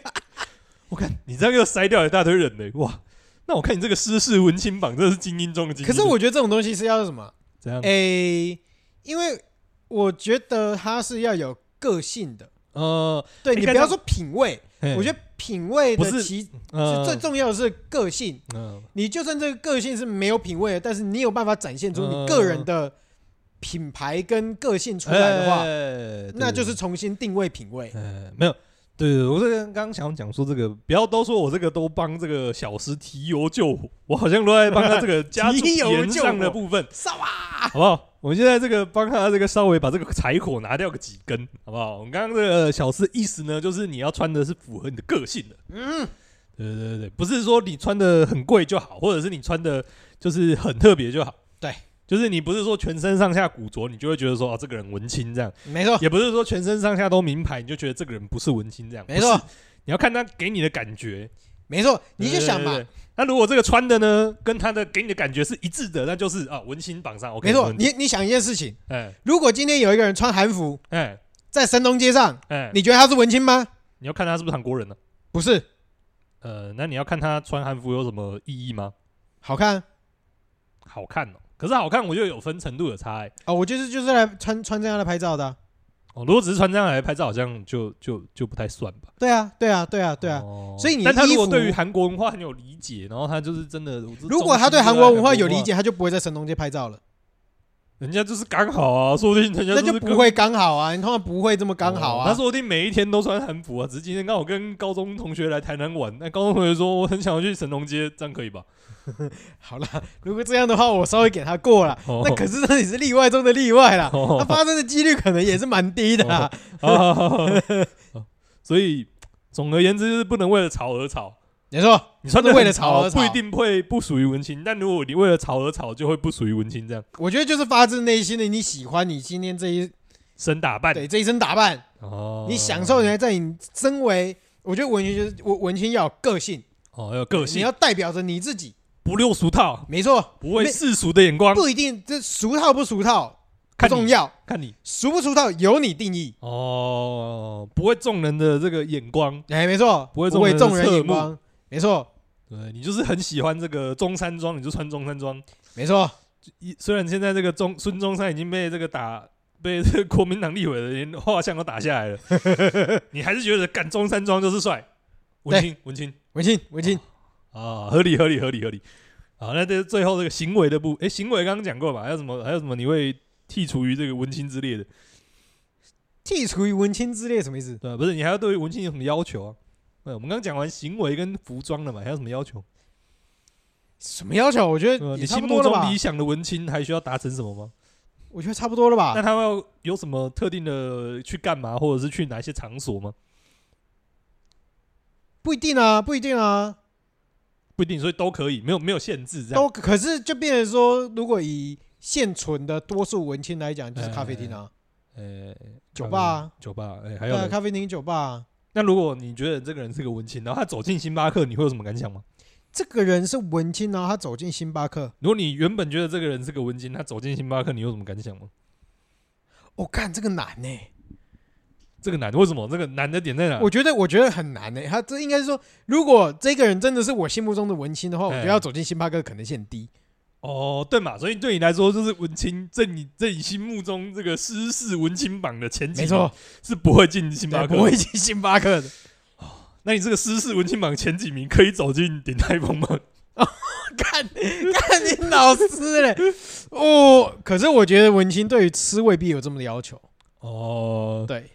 Speaker 2: 我看你这样又筛掉一大堆人呢、哇！那我看你这个诗事文青榜，真的是精英中的精英。
Speaker 1: 可是我觉得这种东西是要什么？
Speaker 2: 怎样
Speaker 1: 哎、？因为我觉得它是要有个性的。
Speaker 2: 呃，
Speaker 1: 对
Speaker 2: 应
Speaker 1: 你
Speaker 2: 该
Speaker 1: 不
Speaker 2: 这
Speaker 1: 要
Speaker 2: 样
Speaker 1: 说品味，我觉
Speaker 2: 得
Speaker 1: 得品味
Speaker 2: 不
Speaker 1: 的
Speaker 2: 是
Speaker 1: 其是
Speaker 2: 呃
Speaker 1: 最重要的是个性。
Speaker 2: 嗯
Speaker 1: 你就算这个个性是没有品味的，但是你有办法展现出你个
Speaker 2: 嗯
Speaker 1: 人的品牌跟个性出来的话，
Speaker 2: 哎
Speaker 1: 那就是
Speaker 2: 对
Speaker 1: 重新定位品味。
Speaker 2: 呃没有。对对，对我这个刚刚想讲说这个，不要都说我这个都帮这个小师提油救火，我好像都在帮他这个家 族
Speaker 1: 提油
Speaker 2: 盐
Speaker 1: 救
Speaker 2: 上的
Speaker 1: 火
Speaker 2: 部分。
Speaker 1: 萨瓦，
Speaker 2: 好不好？我们现在这个帮他这个稍微把这个柴火拿掉个几根，好不好？我们刚刚这个小事意思呢，就是你要穿的是符合你的个性的，
Speaker 1: 嗯，
Speaker 2: 对对对对，不是说你穿的很贵就好，或者是你穿的就是很特别就好，
Speaker 1: 对，
Speaker 2: 就是你不是说全身上下古着，你就会觉得说啊这个人文青这样，
Speaker 1: 没错，
Speaker 2: 也不是说全身上下都名牌，你就觉得这个人不是文青这样，
Speaker 1: 没错
Speaker 2: 不是，你要看他给你的感觉，
Speaker 1: 没错，你就想
Speaker 2: 对。对
Speaker 1: 嘛
Speaker 2: 对，对那如果这个穿的呢，跟他的给你的感觉是一致的，那就是啊文青榜上 OK，
Speaker 1: 没错，
Speaker 2: 文青
Speaker 1: 你你想一件事情，
Speaker 2: 哎
Speaker 1: 如果今天有一个人穿韩服
Speaker 2: 哎
Speaker 1: 在神农街上，
Speaker 2: 哎，
Speaker 1: 你觉得他是文青吗？
Speaker 2: 你要看他是不是韩国人呢、
Speaker 1: 不是，
Speaker 2: 呃，那你要看他穿韩服有什么意义吗？
Speaker 1: 好看
Speaker 2: 好看哦，可是好看我就有分程度的差、欸。
Speaker 1: 哦，我就是就是来穿穿这样来拍照的啊、
Speaker 2: 哦，如果只是穿这样来拍照，好像就就就不太算吧。
Speaker 1: 对啊，对啊，对啊，对啊。
Speaker 2: 哦
Speaker 1: 所以你的
Speaker 2: 但他如果
Speaker 1: 衣服
Speaker 2: 对于韩国文化很有理解，然后他就是真的，我是
Speaker 1: 如果他对韩
Speaker 2: 衷心热爱韩
Speaker 1: 国文化有理，解，他就不会在神农街拍照了，
Speaker 2: 人家就是刚好啊，说不定人家
Speaker 1: 那
Speaker 2: 是
Speaker 1: 就不
Speaker 2: 跟
Speaker 1: 会刚好啊。你通常不会这么刚好
Speaker 2: 哦他
Speaker 1: 啊。
Speaker 2: 说不定每一天都穿韩服啊，只是今天刚好跟高中同学来台南玩，那高中同学说我很想要去神农街，这样可以吧？
Speaker 1: 好啦，如果这样的话，我稍微给他过了。
Speaker 2: 哦
Speaker 1: 那可啊是那也是例外中的例外啦，
Speaker 2: 哦
Speaker 1: 它发生的几率可能也是蛮低的啊。
Speaker 2: 好好好好哦所以总而言之，就是不能为了吵而吵。
Speaker 1: 没错，
Speaker 2: 你穿的
Speaker 1: 为了吵而吵
Speaker 2: 不一定会不属于文青，但如果你为了吵而吵，就会不属于文青这样。
Speaker 1: 我觉得就是发自内心的你喜欢你今天这一
Speaker 2: 身打扮，
Speaker 1: 对这一身打扮，
Speaker 2: 哦，
Speaker 1: 你享受人家在你身为，我觉得文学就是文文青要有个性，
Speaker 2: 哦，要有个
Speaker 1: 你
Speaker 2: 性，
Speaker 1: 要代表着你自己，
Speaker 2: 不六俗套，
Speaker 1: 没错，
Speaker 2: 不为
Speaker 1: 没
Speaker 2: 世俗的眼光。
Speaker 1: 不一定这俗套不俗套，不
Speaker 2: 看
Speaker 1: 重
Speaker 2: 你，
Speaker 1: 要，
Speaker 2: 看你
Speaker 1: 俗不俗套由你定义。
Speaker 2: 哦，不会中人的这个眼光，
Speaker 1: 哎，没错，
Speaker 2: 不会
Speaker 1: 不为
Speaker 2: 众
Speaker 1: 众
Speaker 2: 人
Speaker 1: 人
Speaker 2: 的侧
Speaker 1: 眼
Speaker 2: 目
Speaker 1: 光，没错，
Speaker 2: 对你就是很喜欢这个中山装，你就穿中山装。
Speaker 1: 没错，
Speaker 2: 一虽然现在这个中孙中山已经被这个打被这个国民党立委的连画像都打下来了，你还是觉得干中山装就是帅，文青文青
Speaker 1: 文青，文青，
Speaker 2: 啊，合理合理合理合理。好，那这最后这个行为的部，诶，行为刚刚讲过嘛，还有什么还有什么你会剔除于这个文青之列的？
Speaker 1: 剔除于文青之列什么意思？
Speaker 2: 对啊，不是你还要对于文青有什么要求啊？对，我们刚刚讲完行为跟服装了嘛，还有什么要求？
Speaker 1: 什么要求？我觉
Speaker 2: 对吧
Speaker 1: 得
Speaker 2: 你
Speaker 1: 也差
Speaker 2: 心
Speaker 1: 不
Speaker 2: 目
Speaker 1: 多了
Speaker 2: 中
Speaker 1: 吧
Speaker 2: 理，想的文青还需要达成什么吗？
Speaker 1: 我觉得差不多了
Speaker 2: 那
Speaker 1: 吧。
Speaker 2: 他们要有什么特定的去干嘛，或者是去哪一些场所吗？
Speaker 1: 不一定啊，不一定啊，
Speaker 2: 不一定，所以都可以，没有没有限制这样。
Speaker 1: 都可是就变成说，如果以现存的多数文青来讲，
Speaker 2: 哎
Speaker 1: 就是咖啡厅啊，
Speaker 2: 呃，
Speaker 1: 酒吧啊，
Speaker 2: 酒吧，哎、还
Speaker 1: 对
Speaker 2: 有
Speaker 1: 啊，
Speaker 2: 呢。
Speaker 1: 咖啡厅、酒吧啊。
Speaker 2: 那如果你觉得这个人是个文青，然后他走进星巴克，你会有什么感想吗？
Speaker 1: 这个人是文青，然后他走进星巴克，
Speaker 2: 如果你原本觉得这个人是个文青，他走进星巴克，你有什么感想吗？
Speaker 1: 我哦干这个难欸呢、
Speaker 2: 这个男的为什么？这个男的点在 哪？
Speaker 1: 我觉得我觉得很难呢、他这应该是说，如果这个人真的是我心目中的文青的话，我觉得
Speaker 2: 哎
Speaker 1: 要走进星巴克可能性很低。
Speaker 2: 哦，对嘛，所以对你来说，就是文青，在你在你心目中这个失事文青榜的前几，
Speaker 1: 没错，，
Speaker 2: 是不会进星巴
Speaker 1: 对，
Speaker 2: 克的，
Speaker 1: 不会进星巴克的。
Speaker 2: 那你这个失事文青榜前几名可以走进鼎泰丰吗？
Speaker 1: 看，看你老师嘞！哦，可是我觉得文青对于吃未必有这么的要求。
Speaker 2: 哦，
Speaker 1: 对，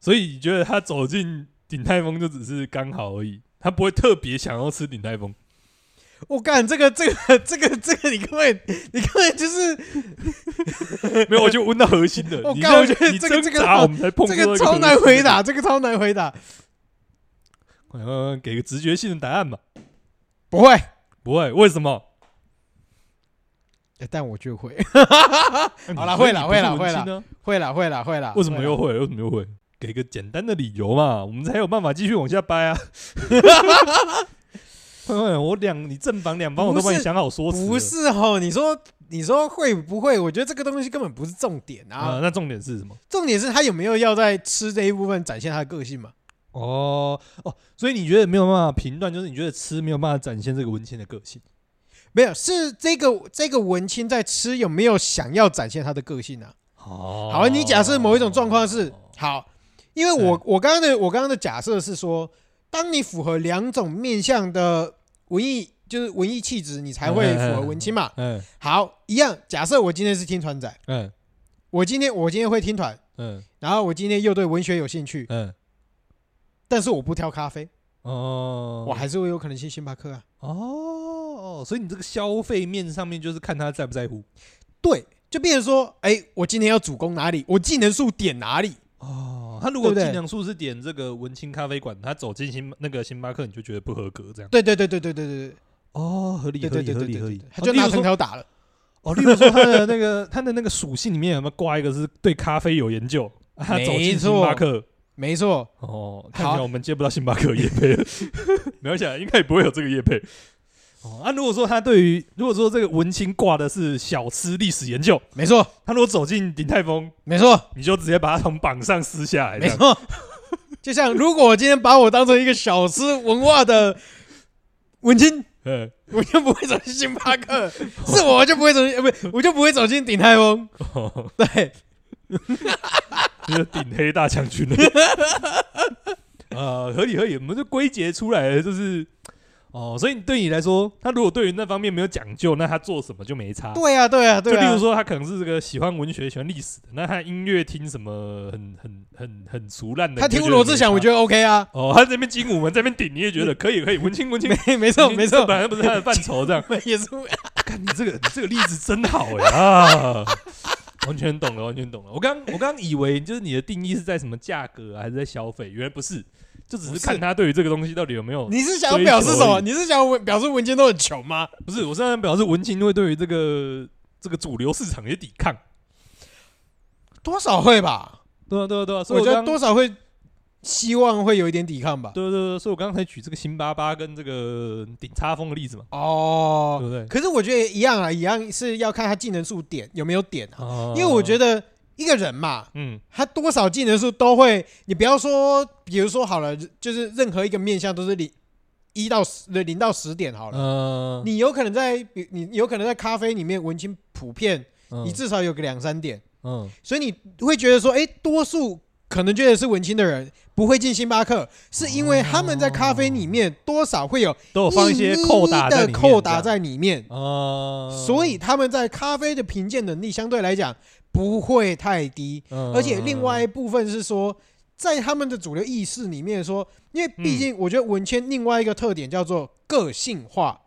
Speaker 2: 所以你觉得他走进鼎泰丰就只是刚好而已，他不会特别想要吃鼎泰 丰。
Speaker 1: 我哦干这个这个这个这个，你根本你根本就是
Speaker 2: 没有，我就问到核心了。
Speaker 1: 我
Speaker 2: 你
Speaker 1: 干
Speaker 2: 这样
Speaker 1: 我觉得
Speaker 2: 你
Speaker 1: 这个
Speaker 2: 挣
Speaker 1: 这个哦
Speaker 2: 扎我们才碰
Speaker 1: 这
Speaker 2: 出
Speaker 1: 个
Speaker 2: 一
Speaker 1: 超
Speaker 2: 核
Speaker 1: 难
Speaker 2: 心哎
Speaker 1: 回。答，这个超难回答。
Speaker 2: 嗯，给个直觉性的答案吧。
Speaker 1: 不会，
Speaker 2: 不会，为什么？
Speaker 1: 呃但我就会，
Speaker 2: 好
Speaker 1: 好啦会啦会啦会啦
Speaker 2: 了。
Speaker 1: 会啦会啦会啦。
Speaker 2: 啊为什么
Speaker 1: 会啦
Speaker 2: 又会？为什么又会？给个简单的理由嘛，我们才有办法继续往下掰 啊。 会会，我两你正反两方我都帮你
Speaker 1: 不是
Speaker 2: 想好说辞了。
Speaker 1: 不是吼，你说你说会不会？我觉得这个东西根本不是重点
Speaker 2: 啊，
Speaker 1: 啊，
Speaker 2: 那重点是什么？
Speaker 1: 重点是他有没有要在吃这一部分展现他的个性嘛？
Speaker 2: 哦哦，所以你觉得没有办法评断，就是你觉得吃没有办法展现这个文青的个性。
Speaker 1: 没有，是这个这个文青在吃有没有想要展现他的个性啊？
Speaker 2: 哦
Speaker 1: 好，你假设某一种状况是好，因为我我刚刚的我刚刚的假设是说，当你符合两种面向的文艺，就是文艺气质，你才会符合文青嘛。
Speaker 2: 嗯
Speaker 1: 好，一样，假设我今天是听团仔，
Speaker 2: 嗯
Speaker 1: 我今天我今天会听团，
Speaker 2: 嗯
Speaker 1: 然后我今天又对文学有兴趣，
Speaker 2: 嗯，
Speaker 1: 但是我不挑咖啡，
Speaker 2: 哦，
Speaker 1: 我还是会有可能去星巴克啊。
Speaker 2: 哦，所以你这个消费面上面就是看他在不在乎。
Speaker 1: 对，就变成说，哎，我今天要主攻哪里，我技能数点哪里，
Speaker 2: 哦，他如果
Speaker 1: 对不对
Speaker 2: 尽量数是点这个文青咖啡馆，他走进星那个星巴克，你就觉得不合格这样。
Speaker 1: 对对对对对对对
Speaker 2: 哦，合理
Speaker 1: 对对
Speaker 2: 合
Speaker 1: 对对
Speaker 2: 理
Speaker 1: 对
Speaker 2: 合理
Speaker 1: 对
Speaker 2: 合
Speaker 1: 对
Speaker 2: 理，。
Speaker 1: 他就
Speaker 2: 哦例
Speaker 1: 拿
Speaker 2: 如
Speaker 1: 藤
Speaker 2: 说
Speaker 1: 条打了，
Speaker 2: 哦，例如说他的那个他的那个属性里面有没有挂一个是对咖啡有研究？啊他走进
Speaker 1: 没
Speaker 2: 星巴
Speaker 1: 错
Speaker 2: 克，
Speaker 1: 没错，
Speaker 2: 哦，
Speaker 1: 好
Speaker 2: 看起来我们接不到星巴克夜 配了，没关系啊，应该也不会有这个夜配。哦，啊，如果说他对于如果说这个文青挂的是小吃历史研究，
Speaker 1: 没错，
Speaker 2: 他如果走进鼎泰丰，
Speaker 1: 没错，
Speaker 2: 你就直接把他从榜上撕下来。
Speaker 1: 没，错。 就像如果我今天把我当成一个小吃文化的文青，
Speaker 2: 嗯，
Speaker 1: 我就不会走进星巴克，是我就不会走进，呃，不，我就不会走进鼎泰丰。
Speaker 2: 哦，
Speaker 1: 对，
Speaker 2: 就是顶黑大将 军了。呃，合理合理，我们就归结出来了，就是哦，所以对你来说，他如果对于那方面没有讲究，那他做什么就没差。
Speaker 1: 对啊，对啊，对
Speaker 2: 就例
Speaker 1: 啊
Speaker 2: 如。说，他可能是这个喜欢文学、喜欢历史的，那他音乐听什么很很很很俗烂的，
Speaker 1: 他听罗志祥，我觉
Speaker 2: 得
Speaker 1: 得 OK 啊，
Speaker 2: 哦，他这边精武门这边顶，你 也觉得可以可以，文青文青，
Speaker 1: 没没错
Speaker 2: 文青
Speaker 1: 没
Speaker 2: 这
Speaker 1: 错，
Speaker 2: 本哦来不是他的范 畴，这样。
Speaker 1: 也是
Speaker 2: 看你这个你这个例子真好 哎啊，完全懂了，完全懂了。我刚我刚以为就是你的定义是在什么价格啊，还是在消费，原来不是，就只
Speaker 1: 不
Speaker 2: 是
Speaker 1: 是
Speaker 2: 看他对于这个东西到底有没有。
Speaker 1: 你是想要表示什
Speaker 2: 追求
Speaker 1: 么？
Speaker 2: 而已
Speaker 1: 你是想要文表示文件都很穷吗？
Speaker 2: 不是，我现在表示文青会对于这个这个主流市场也抵抗。
Speaker 1: 多少会吧，
Speaker 2: 对啊对啊对啊，所以
Speaker 1: 我
Speaker 2: 我
Speaker 1: 觉得
Speaker 2: 刚
Speaker 1: 多少会希望会有一点抵抗吧。
Speaker 2: 对对对，所以我刚才举这个辛巴巴跟这个顶叉风的例子嘛，
Speaker 1: 哦，
Speaker 2: 对不对？
Speaker 1: 可是我觉得也一样啊，一样是要看他技能数点有没有点啊，
Speaker 2: 哦
Speaker 1: 因为我觉，得一个人嘛，
Speaker 2: 嗯，
Speaker 1: 他多少技能数都会，你不要说，比如说好了，就是任何一个面向都是零一到十，对零到十点好了，
Speaker 2: 呃，
Speaker 1: 你有可能在比你有可能在咖啡里面文青普遍，
Speaker 2: 嗯
Speaker 1: 你至少有个两三点，
Speaker 2: 嗯
Speaker 1: 所以你会觉得说，哎，多数可能觉得是文青的人不会进星巴克，是因为他们在咖啡里面多少会有
Speaker 2: 都有哦放一些
Speaker 1: 咪咪
Speaker 2: 扣打在
Speaker 1: 的
Speaker 2: 里面
Speaker 1: 扣打在里面，
Speaker 2: 啊，
Speaker 1: 所以他们在咖啡的评鉴能力相对来讲不会太低，
Speaker 2: 嗯，
Speaker 1: 而且另外一
Speaker 2: 嗯
Speaker 1: 部分是说，在他们的主流意识里面说，因为毕竟我觉得文谦另外一个特点叫做个性化，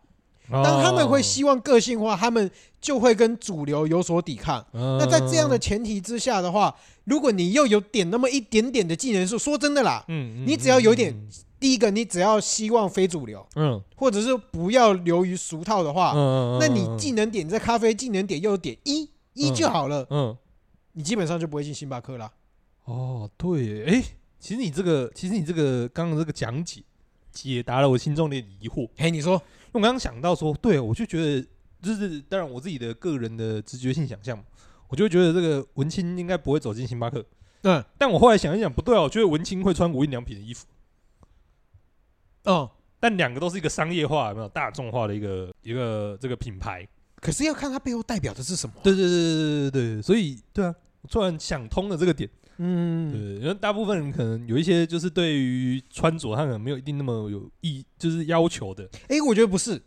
Speaker 1: 当他
Speaker 2: 哦
Speaker 1: 们会，希望个性化，他们就会跟主流有所抵抗。
Speaker 2: 那
Speaker 1: 那在这样的，前提之下的话，如果你又有点那么一点点的技能数，说真的啦，
Speaker 2: 嗯，嗯
Speaker 1: 你只要有，
Speaker 2: 嗯
Speaker 1: 点第一个你只要希望非主流，
Speaker 2: 嗯
Speaker 1: 或者是不要流于俗套的
Speaker 2: 嗯
Speaker 1: 话，
Speaker 2: 嗯，
Speaker 1: 啊那你技能点在咖啡技能点又有点一一就好了，
Speaker 2: 嗯，嗯，
Speaker 1: 你基本上就不会进星巴克啦。
Speaker 2: 哦，对耶，哎，其实你这个，其实你这个刚刚这个讲解，解答了我心中的疑惑。
Speaker 1: 嘿，你说，
Speaker 2: 因为我刚刚想到说，对我就觉得，就是当然我自己的个人的直觉性想象嘛，我就会觉得这个文青应该不会走进星巴克。
Speaker 1: 嗯
Speaker 2: 但我后来想一想，不对啊，我觉得文青会穿无印良品的衣服，
Speaker 1: 嗯，
Speaker 2: 但两个都是一个商业化、有没有大众化的一个一个这个品牌。
Speaker 1: 可是要看它背后代表的是什么。
Speaker 2: 对对对对对对对，所以对啊，我突然想通了这个点。
Speaker 1: 嗯，
Speaker 2: 对，因为大部分人可能有一些就是对于穿着，他可能没有一定那么有意，就是要求的
Speaker 1: 哎，我觉得不是，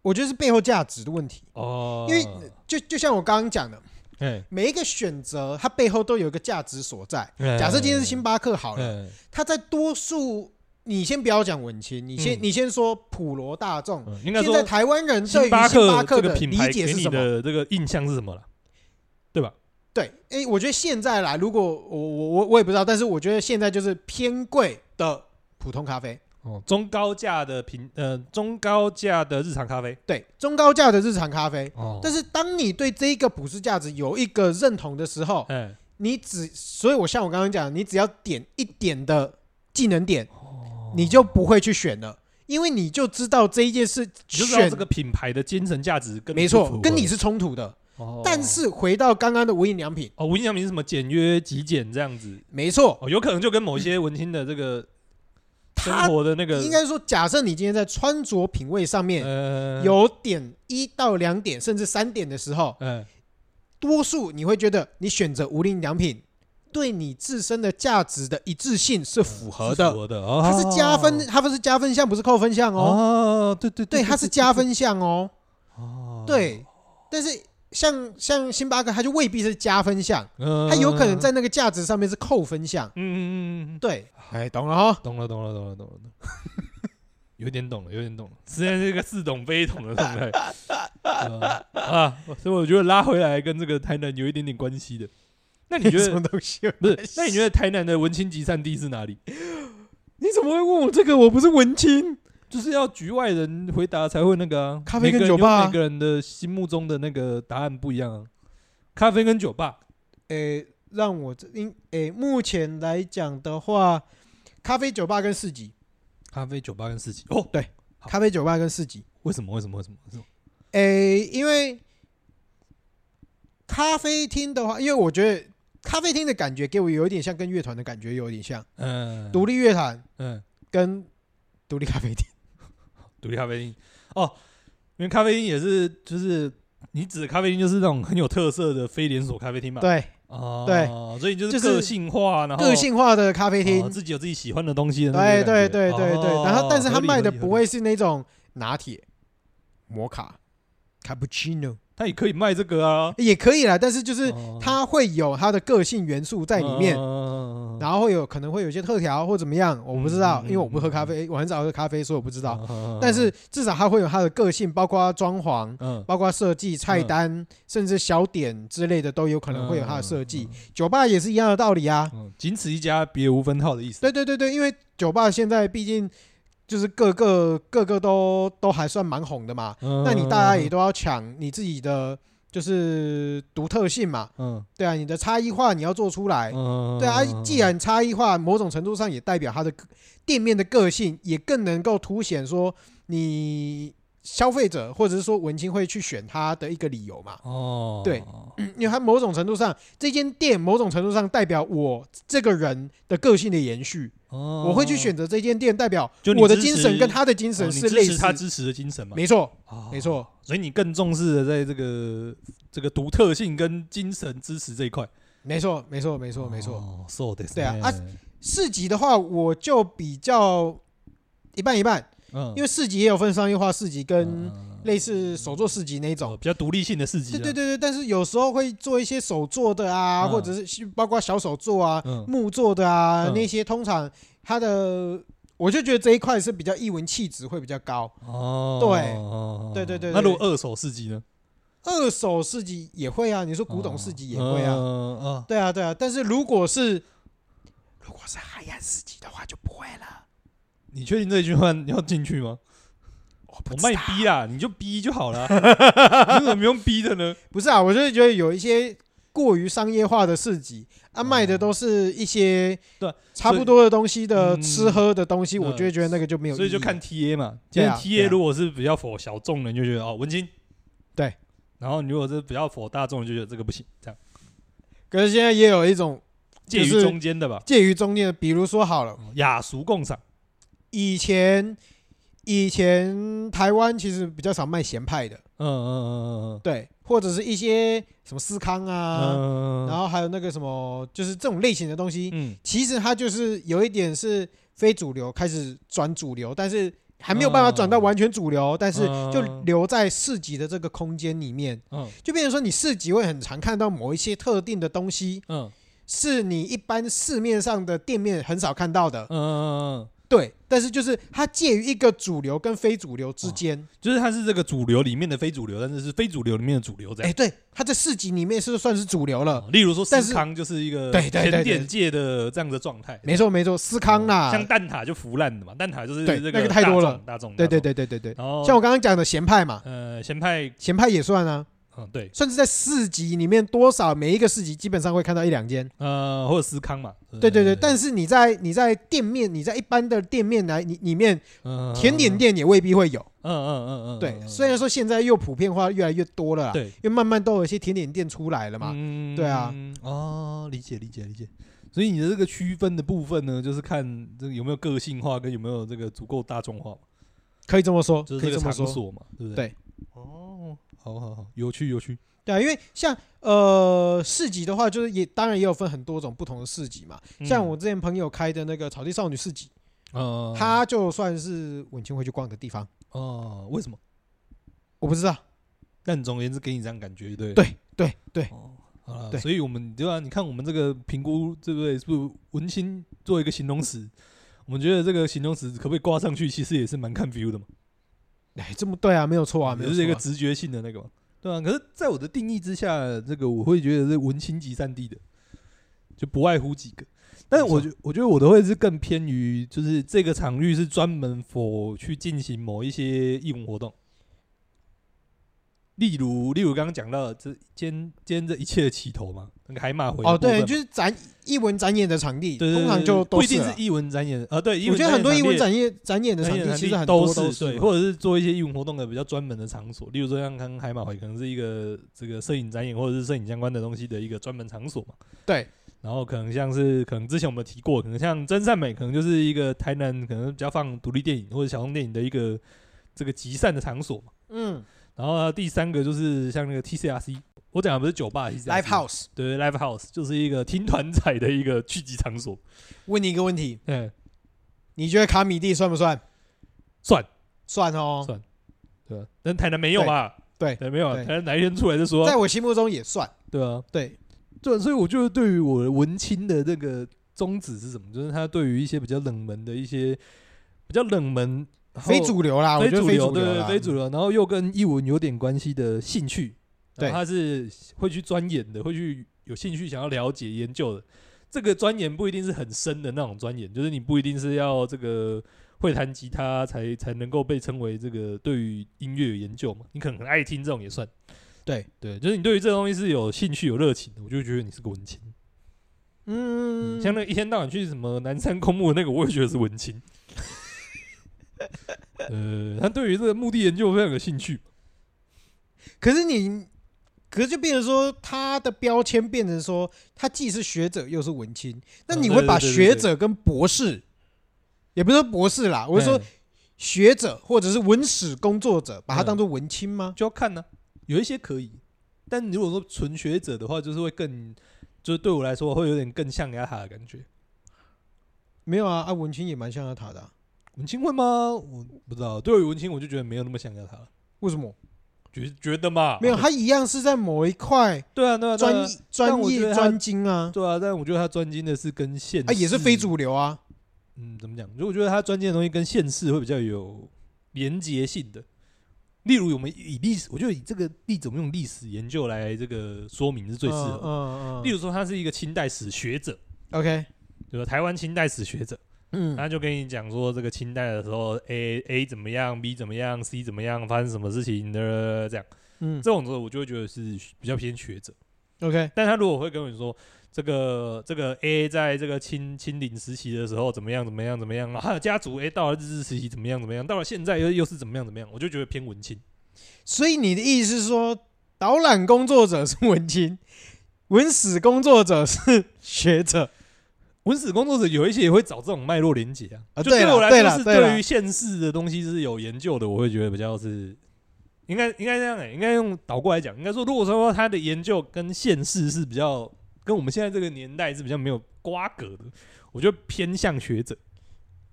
Speaker 1: 我觉得是背后价值的问题。
Speaker 2: 哦
Speaker 1: 因为就就像我刚刚讲的，
Speaker 2: 哎，
Speaker 1: 每一个选择它背后都有一个价值所在。
Speaker 2: 哎
Speaker 1: 假设今天是星巴克好了，
Speaker 2: 嗯
Speaker 1: 它在多数，你先不要讲文青，你先
Speaker 2: 嗯
Speaker 1: 你先说普罗大众。
Speaker 2: 嗯，应该
Speaker 1: 现
Speaker 2: 说
Speaker 1: 在台湾人对于
Speaker 2: 星
Speaker 1: 星巴克
Speaker 2: 这
Speaker 1: 的
Speaker 2: 个品
Speaker 1: 理
Speaker 2: 牌
Speaker 1: 解
Speaker 2: 给
Speaker 1: 是
Speaker 2: 你
Speaker 1: 什么？
Speaker 2: 的这个印象是什么了？
Speaker 1: 对，诶，我觉得现在啦，如果我我我我也不知道，但是我觉得现在就是偏贵的普通咖啡，
Speaker 2: 哦，中高价的平呃中高价的日常咖啡
Speaker 1: 对，中高价的日常咖啡。
Speaker 2: 哦
Speaker 1: 但是当你对这一个普世价值有一个认同的时候，
Speaker 2: 哎
Speaker 1: 你只，所以我像我刚刚讲，你只要点一点的技能点，
Speaker 2: 哦
Speaker 1: 你就不会去选了，因为你就知道这一件事
Speaker 2: 你就知道
Speaker 1: 选
Speaker 2: 这个品牌的精神价值跟
Speaker 1: 没
Speaker 2: 不符
Speaker 1: 错，
Speaker 2: 合
Speaker 1: 跟你是冲突的。
Speaker 2: 哦
Speaker 1: 但是回到刚刚的无印良品，
Speaker 2: 哦，文青名是什么简约极简这样子
Speaker 1: 没错，
Speaker 2: 哦，有可能就跟 某一些文青的这个生
Speaker 1: 它
Speaker 2: 活的那个
Speaker 1: 应该说，假设你今天在穿着品味上面
Speaker 2: 呃
Speaker 1: 有点一到两点甚至三点的时候，
Speaker 2: 嗯
Speaker 1: 多数你会觉得你选择无印良品对你自身的价值的一致性是符合
Speaker 2: 符
Speaker 1: 的，
Speaker 2: 合的哦，
Speaker 1: 它是加分，它不是加分项，不是扣分项哦，
Speaker 2: 哦，对对
Speaker 1: 对，它是加分项哦，
Speaker 2: 哦，
Speaker 1: 对，但是。像像星巴克，它就未必是加分项，
Speaker 2: 嗯，
Speaker 1: 它有可能在那个价值上面是扣分项。
Speaker 2: 嗯嗯嗯嗯嗯。
Speaker 1: 对，哎，懂了哈。
Speaker 2: 懂了，懂了，懂了，懂了，懂了，有点懂了，有点懂了。实在是一个似懂非懂的状态 呃啊，所以我觉得拉回来跟这个台南有一点点关系的。那你觉
Speaker 1: 哎什么
Speaker 2: 得
Speaker 1: 东西？
Speaker 2: 不是？那你觉得台南的文青集散地是哪里？
Speaker 1: 你怎么会问我这个？我不是文青。
Speaker 2: 就是要局外人回答才会那个啊。
Speaker 1: 咖啡跟
Speaker 2: 每个人
Speaker 1: 酒吧啊
Speaker 2: 有每个人的心目中的那个答案不一样啊。咖啡跟酒吧，
Speaker 1: 诶、哎让我这应诶、目前来讲的话，咖啡酒吧跟市集，
Speaker 2: 咖啡、酒吧跟市集。哦，好
Speaker 1: 咖啡酒吧跟市集，
Speaker 2: 为什么？为什么？为什么？为什么？
Speaker 1: 诶、因为咖啡厅的话，因为我觉得咖啡厅的感觉给我有一点像跟乐团的感觉有点像，
Speaker 2: 嗯，
Speaker 1: 呃独立乐团
Speaker 2: 嗯，
Speaker 1: 跟独立咖啡 厅，
Speaker 2: 独立咖啡厅哦，因为咖啡厅也是就是你指的咖啡厅就是那种很有特色的非连锁咖啡厅嘛，
Speaker 1: 对，
Speaker 2: 啊，
Speaker 1: 对，
Speaker 2: 所以就
Speaker 1: 就是是
Speaker 2: 个性化，然后
Speaker 1: 个性化的咖啡厅
Speaker 2: 哦，自己有自己喜欢的东西的那
Speaker 1: 对
Speaker 2: 种
Speaker 1: 对
Speaker 2: 感觉，
Speaker 1: 对对对，然后
Speaker 2: 哦
Speaker 1: 但是
Speaker 2: 合
Speaker 1: 他
Speaker 2: 理
Speaker 1: 卖的
Speaker 2: 合理合
Speaker 1: 不
Speaker 2: 理
Speaker 1: 会是那种拿铁、摩卡、卡布奇诺
Speaker 2: 他也可以卖这个啊，
Speaker 1: 也可以啦，但是就是
Speaker 2: 哦
Speaker 1: 它会有它的个性元素在里面，
Speaker 2: 嗯
Speaker 1: 然后会有可能会有一些特调或怎么样，我不知道，
Speaker 2: 嗯嗯
Speaker 1: 因为我不喝咖啡，我很少喝咖啡，所以我不知道。，
Speaker 2: 嗯
Speaker 1: 但是至少它会有它的个性，包括装潢。
Speaker 2: 嗯，
Speaker 1: 包括设计、菜单，甚至小点之类的，都有可能会有它的设计。酒吧也是一样的道理啊。
Speaker 2: 嗯，仅此一家，别无分号的意思，
Speaker 1: 对对对对，因为酒吧现在毕竟就是各个各个都都还算蛮红的嘛，
Speaker 2: 嗯，
Speaker 1: 那你大家也
Speaker 2: 都
Speaker 1: 都要抢你自己的就是独特性嘛，
Speaker 2: 嗯
Speaker 1: 对啊，你的差异化你要做出来，
Speaker 2: 嗯，
Speaker 1: 对啊，
Speaker 2: 嗯
Speaker 1: 既然差异化，某种程度上也代表它的个店面的个性，也更能够凸显说你消费者或者是说文青会去选它的一个理由嘛。
Speaker 2: 哦，
Speaker 1: 对嗯因为它某种程度上，这间店某种程度上代表我这个人的个性的延续，
Speaker 2: 哦，
Speaker 1: 我会去选择这间店，代表
Speaker 2: 就你
Speaker 1: 我的
Speaker 2: 支
Speaker 1: 精神
Speaker 2: 持
Speaker 1: 跟他的精
Speaker 2: 哦
Speaker 1: 神
Speaker 2: 你
Speaker 1: 是
Speaker 2: 支
Speaker 1: 类
Speaker 2: 持
Speaker 1: 似。
Speaker 2: 他支持的精神嘛，
Speaker 1: 没错，
Speaker 2: 哦
Speaker 1: 没，错，
Speaker 2: 所以你更重视的在这个这个独特性跟精神支持这一块，
Speaker 1: 没错，没错，没错，没错。
Speaker 2: 哦，そうですね
Speaker 1: 对啊啊，市集的话，我就比较一半一半，
Speaker 2: 嗯，
Speaker 1: 因为市集也有分商业化市集跟
Speaker 2: 嗯
Speaker 1: 类似手作市集那一种
Speaker 2: 哦。比较独立性的市集，
Speaker 1: 对对，对对，但是有时候会做一些手做的啊，
Speaker 2: 嗯
Speaker 1: 或者是包括小手做啊、
Speaker 2: 嗯
Speaker 1: 木做的啊，
Speaker 2: 嗯
Speaker 1: 那些通常它的，我就觉得这一块是比较艺文气质会比较高。
Speaker 2: 哦，
Speaker 1: 对
Speaker 2: 哦
Speaker 1: 对对对
Speaker 2: 那
Speaker 1: 对
Speaker 2: 如果二手市集呢？
Speaker 1: 二手市集也会啊，你说古
Speaker 2: 哦
Speaker 1: 董市集也会啊，
Speaker 2: 嗯嗯
Speaker 1: 对啊对啊。但是如果是如果是海岸市集的话就不会了。
Speaker 2: 你确定这一句话你要进去吗？
Speaker 1: 我
Speaker 2: 我
Speaker 1: 不知
Speaker 2: 卖
Speaker 1: 道
Speaker 2: 逼啦，你就逼就好 了啊，你怎么用逼的呢？
Speaker 1: 不是啊，我就是觉得有一些过于商业化的市集啊，卖的都是一些
Speaker 2: 哦对啊
Speaker 1: 差不多的东西的
Speaker 2: 嗯
Speaker 1: 吃喝的东西，我
Speaker 2: 嗯
Speaker 1: 就会觉得那个就没有意义，
Speaker 2: 所以就看 T A 嘛，今
Speaker 1: 对
Speaker 2: 天
Speaker 1: 啊
Speaker 2: T
Speaker 1: 对
Speaker 2: A
Speaker 1: 啊
Speaker 2: 如果是比较否小众的，你就觉得哦文青，
Speaker 1: 对，
Speaker 2: 然后你如果是比较否大众，你就觉得这个不行，这样
Speaker 1: 可是现在也有一种
Speaker 2: 介于
Speaker 1: 就是
Speaker 2: 中间的吧，哦
Speaker 1: 介于中间的，比如说好了，
Speaker 2: 雅俗共赏，
Speaker 1: 以前以前台湾其实比较少卖咸派的，
Speaker 2: 嗯嗯嗯
Speaker 1: 对，或者是一些什么司康啊，
Speaker 2: 嗯嗯，
Speaker 1: 然
Speaker 2: 后
Speaker 1: 后还有那个什么，就是这种类型的东西，
Speaker 2: 嗯
Speaker 1: 其实它就是有一点是非主流开始转主流，但是还没有办法转到完全主流，但是
Speaker 2: 嗯
Speaker 1: 就留在市集的这个空间里面，
Speaker 2: 嗯
Speaker 1: 就变成说你市集会很常看到某一些特定的东西，
Speaker 2: 嗯
Speaker 1: 是你一般市面上的店面很少看到的
Speaker 2: 嗯。嗯，
Speaker 1: 对，但是就是它介于一个主流跟非主流之间。
Speaker 2: 就是它是这个主流里面的非主流，但是是非主流里面的主流这
Speaker 1: 哎、
Speaker 2: 样。哦
Speaker 1: 对，它在市集里面是算是主流了。
Speaker 2: 例如说，
Speaker 1: 哎但是
Speaker 2: 思康就是一个
Speaker 1: 对对对
Speaker 2: 甜
Speaker 1: 对
Speaker 2: 点界的这样的状态，
Speaker 1: 没错没错，思康啦，
Speaker 2: 哦像啊蛋挞就腐烂的嘛，蛋挞就是
Speaker 1: 对那
Speaker 2: 这个
Speaker 1: 个太多了
Speaker 2: 大众，大众
Speaker 1: 对对，对对对对
Speaker 2: 大，众然后
Speaker 1: 像我刚刚讲的咸派嘛，
Speaker 2: 呃咸派，
Speaker 1: 咸派也算啊，
Speaker 2: 嗯对，
Speaker 1: 算是在市集里面多少每一个市集基本上会看到一两间。
Speaker 2: 呃或者思康嘛，
Speaker 1: 对对对，但是你在你在店面，你在一般的店面来你里面，
Speaker 2: 但
Speaker 1: 甜点，店也未必会有。
Speaker 2: 嗯嗯嗯嗯，
Speaker 1: 对，虽然说现在又普遍化越来越多了啦，
Speaker 2: 对
Speaker 1: 因为慢慢都有一些甜点店出来了嘛。
Speaker 2: 嗯
Speaker 1: 对啊，
Speaker 2: 哦，理解理解理解。所以你的这个区分的部分呢，就是看这个有没有个性化，跟有没有这个足够大众化嘛，
Speaker 1: 可以这么说，
Speaker 2: 就是
Speaker 1: 可
Speaker 2: 这
Speaker 1: 以
Speaker 2: 个
Speaker 1: 这
Speaker 2: 场
Speaker 1: 么说。
Speaker 2: 所嘛，对不对？
Speaker 1: 对。
Speaker 2: 哦，好好好，有趣有趣。
Speaker 1: 对啊，因为像呃市集的话，就是也当然也有分很多种不同的市集嘛。像
Speaker 2: 嗯
Speaker 1: 我，之前朋友开的那个草地少女市集，
Speaker 2: 呃，
Speaker 1: 它就算是文青会去逛的地方，
Speaker 2: 哦，为什么？
Speaker 1: 我不知道。
Speaker 2: 但总而言之，给你这样感觉，对。
Speaker 1: 对对对，
Speaker 2: 哦，好了，
Speaker 1: 对
Speaker 2: 所以我们对吧、啊你看我们这个评估，对不对？是不是文青做一个形容词？我们觉得这个形容词可不可以挂上去，其实也是蛮看 view 的嘛，
Speaker 1: 哎，这么对啊，没有错啊，没
Speaker 2: 也
Speaker 1: 有
Speaker 2: 是一
Speaker 1: 错
Speaker 2: 个
Speaker 1: 啊。
Speaker 2: 直觉性的那个嘛，对啊吧、可是，在我的定义之下，这个我会觉得是文青集散地的，就不外乎几个。但是我
Speaker 1: 没
Speaker 2: 觉我觉得我的会是更偏于，就是这个场域是专门否去进行某一些义文活动，例如例如刚刚讲到的这今天今天这一切的起头嘛，那个海马回的
Speaker 1: 哦，
Speaker 2: 部分
Speaker 1: 对，
Speaker 2: 嘛
Speaker 1: 就是展艺文展演的场地，
Speaker 2: 对对对
Speaker 1: 通常就
Speaker 2: 不
Speaker 1: 都
Speaker 2: 一
Speaker 1: 是
Speaker 2: 定
Speaker 1: 啊
Speaker 2: 是。艺文展演啊，对，
Speaker 1: 我觉得很多艺文
Speaker 2: 展
Speaker 1: 展演展演的场
Speaker 2: 演
Speaker 1: 地其实很多
Speaker 2: 都
Speaker 1: 都
Speaker 2: 对，
Speaker 1: 嘛
Speaker 2: 或者是做一些艺文活动的比较专门的场所，例如说像刚刚海马会可能是一个这个摄影展演或者是摄影相关的东西的一个专门场所嘛。
Speaker 1: 对，
Speaker 2: 然后可能像是可能之前我们有提过，可能像真善美，可能就是一个台南可能比较放独立电影或者小众电影的一个这个集散的场所嘛。
Speaker 1: 嗯
Speaker 2: 然后呢第三个就是像那个 TCRC，我讲的不是酒吧，TCRC
Speaker 1: ，live house。
Speaker 2: 对，live house 就是一个听团仔的一个聚集场所。
Speaker 1: 问你一个问题，
Speaker 2: 嗯，
Speaker 1: 你觉得卡米蒂算不算？
Speaker 2: 算。
Speaker 1: 算哦，
Speaker 2: 算对啊，但台南没有嘛，
Speaker 1: 对对
Speaker 2: 没有啊，
Speaker 1: 对
Speaker 2: 台南哪一天出来就说
Speaker 1: 在，我心目中也算。
Speaker 2: 对啊，
Speaker 1: 对，
Speaker 2: 对啊，所以我就对于我的文青的这个宗旨是什么，就是他对于一些比较冷门的一些比较冷门然后
Speaker 1: 非主流啦，我觉得非
Speaker 2: 流，
Speaker 1: 主
Speaker 2: 对
Speaker 1: 流
Speaker 2: 对
Speaker 1: 啦，
Speaker 2: 非主流，然后又跟译文有点关系的兴趣，
Speaker 1: 对
Speaker 2: 然后他是会去钻研的，会去有兴趣想要了解研究的。这个钻研不一定是很深的那种钻研，就是你不一定是要这个会弹吉他才才能够被称为这个对于音乐有研究嘛，你可能很爱听这种也算，
Speaker 1: 对，
Speaker 2: 对，就是你对于这个东西是有兴趣、有热情的，我就觉得你是个文青。
Speaker 1: 嗯，
Speaker 2: 像那个一天到晚去什么南山公墓的那个，我也觉得是文 青。呃，他对于这个墓地研究非常有兴趣。
Speaker 1: 可是你，可是就变成说，他的标签变成说，他既是学者又是文青，那你
Speaker 2: 嗯
Speaker 1: 会
Speaker 2: 对
Speaker 1: 把
Speaker 2: 对对
Speaker 1: 学
Speaker 2: 对
Speaker 1: 者跟博士，也不是说博士啦，我是说
Speaker 2: 嗯
Speaker 1: 学者或者是文史工作者，把他
Speaker 2: 嗯
Speaker 1: 当做文青吗？
Speaker 2: 就要看呢、有一些可以，但如果说纯学者的话，就是会更，就是对我来说会有点更象牙塔的感觉。
Speaker 1: 没有啊，啊，文青也蛮像阿塔的啊、
Speaker 2: 文青会吗？我不知道，对于文青，我就觉得没有那么象牙塔了，
Speaker 1: 为什么？
Speaker 2: 觉觉得嘛，
Speaker 1: 没有，他一样是在某一块
Speaker 2: 对啊，对啊，对啊
Speaker 1: 专专
Speaker 2: 我觉
Speaker 1: 业
Speaker 2: 得他
Speaker 1: 专精啊，
Speaker 2: 对啊，但我觉得他专精的是跟现
Speaker 1: 啊，也是
Speaker 2: 世
Speaker 1: 非主流啊。
Speaker 2: 嗯，怎么讲？就我觉得他专精的东西跟现世会比较有连结性的。例如，我们以历史，我觉得以这个例子，我们用历史研究来这个说明是最适合
Speaker 1: 嗯
Speaker 2: 的。
Speaker 1: 嗯嗯。
Speaker 2: 例如说，他是一个清代史学者，
Speaker 1: OK，
Speaker 2: 对吧？台湾清代史学者，
Speaker 1: 嗯
Speaker 2: 他就跟你讲说，这个清代的时候，A A 怎么样，B 怎么样，C 怎么样，发生什么事情的这样。
Speaker 1: 嗯
Speaker 2: 这种时候，我就会觉得是比较偏学者。
Speaker 1: ，OK，
Speaker 2: 但他如果会跟你说这个这个 A 在这个清清领时期的时候怎么样怎么样怎么样，然后家族 A 到了日治时期怎么样怎么样，到了现在又又是怎么样怎么样，我就觉得偏文青。
Speaker 1: 所以你的意思是说，导览工作者是文青，文史工作者是学者？
Speaker 2: 文史工作者有一些也会找这种脉络连接啊，
Speaker 1: 啊
Speaker 2: 就
Speaker 1: 对
Speaker 2: 对
Speaker 1: 啦
Speaker 2: 我来
Speaker 1: 对
Speaker 2: 说
Speaker 1: 啦
Speaker 2: 是
Speaker 1: 对啦
Speaker 2: 对于现世的东西是有研究的，我会觉得比较是应该应该这样哎、应该用倒过来讲，应该说如果说他的研究跟现世是比较跟我们现在这个年代是比较没有瓜葛的，我觉得偏向学者。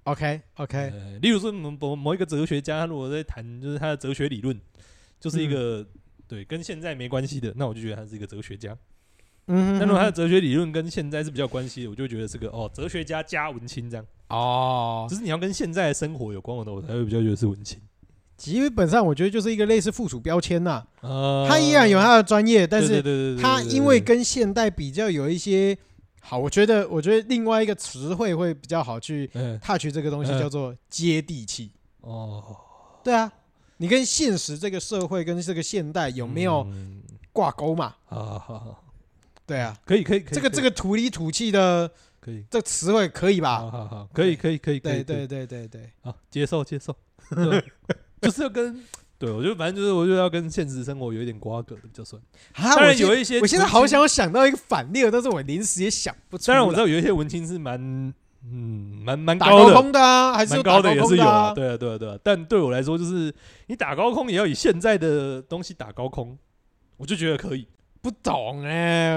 Speaker 1: OK OK，
Speaker 2: 呃，例如说某某某一个哲学家，他如果在谈就是他的哲学理论，就是一
Speaker 1: 嗯
Speaker 2: 个、对跟现在没关系的，那我就觉得他是一个哲学家。
Speaker 1: 嗯
Speaker 2: 但如果他的哲学理论跟现在是比较有关系的，我就觉得是个哦哲学家加文青这样。
Speaker 1: 哦，
Speaker 2: 只是你要跟现在的生活有关，我的我才会比较觉得是文青。
Speaker 1: 基本上我觉得就是一个类似附属标签呐、
Speaker 2: 呃
Speaker 1: 他依然有他的专业，但
Speaker 2: 对，对
Speaker 1: 是
Speaker 2: 对对对对
Speaker 1: 他因为
Speaker 2: 对
Speaker 1: 跟现代比较有一些好，我觉得我觉得另外一个词汇会比较好去
Speaker 2: 对嗯
Speaker 1: touch 这个东西，
Speaker 2: 嗯
Speaker 1: 叫做接地气。
Speaker 2: 哦
Speaker 1: 对啊，你跟现实这个社会跟这个现代有没有
Speaker 2: 嗯
Speaker 1: 挂钩嘛？
Speaker 2: 好好好，
Speaker 1: 对啊，
Speaker 2: 可以可以可以，
Speaker 1: 这个
Speaker 2: 可以
Speaker 1: 这个土里土气的
Speaker 2: 可以
Speaker 1: 这词汇可以吧
Speaker 2: 好？好好，可以可以可以可
Speaker 1: 对
Speaker 2: 以啊可
Speaker 1: 对
Speaker 2: 以
Speaker 1: 对对对，
Speaker 2: 啊，接受 接受，对就是要跟，对我觉得反正就是我觉得要跟现实生活有一点瓜葛的比较算。
Speaker 1: 啊
Speaker 2: 当
Speaker 1: 我
Speaker 2: 然
Speaker 1: 现
Speaker 2: 有一些，
Speaker 1: 我现在好，想想到一个反例，但是我临时也想不出
Speaker 2: 当
Speaker 1: 来。
Speaker 2: 然我知道有一些文青是蛮，嗯，蛮蛮
Speaker 1: 打
Speaker 2: 高
Speaker 1: 高
Speaker 2: 的，
Speaker 1: 空的啊，还是
Speaker 2: 蛮
Speaker 1: 有
Speaker 2: 高
Speaker 1: 打
Speaker 2: 的也
Speaker 1: 空
Speaker 2: 是有啊，
Speaker 1: 啊。
Speaker 2: 对啊对啊对啊。但对我来说，就是你打高空也要以现在的东西打高空，我就觉得可以。
Speaker 1: 不懂哎，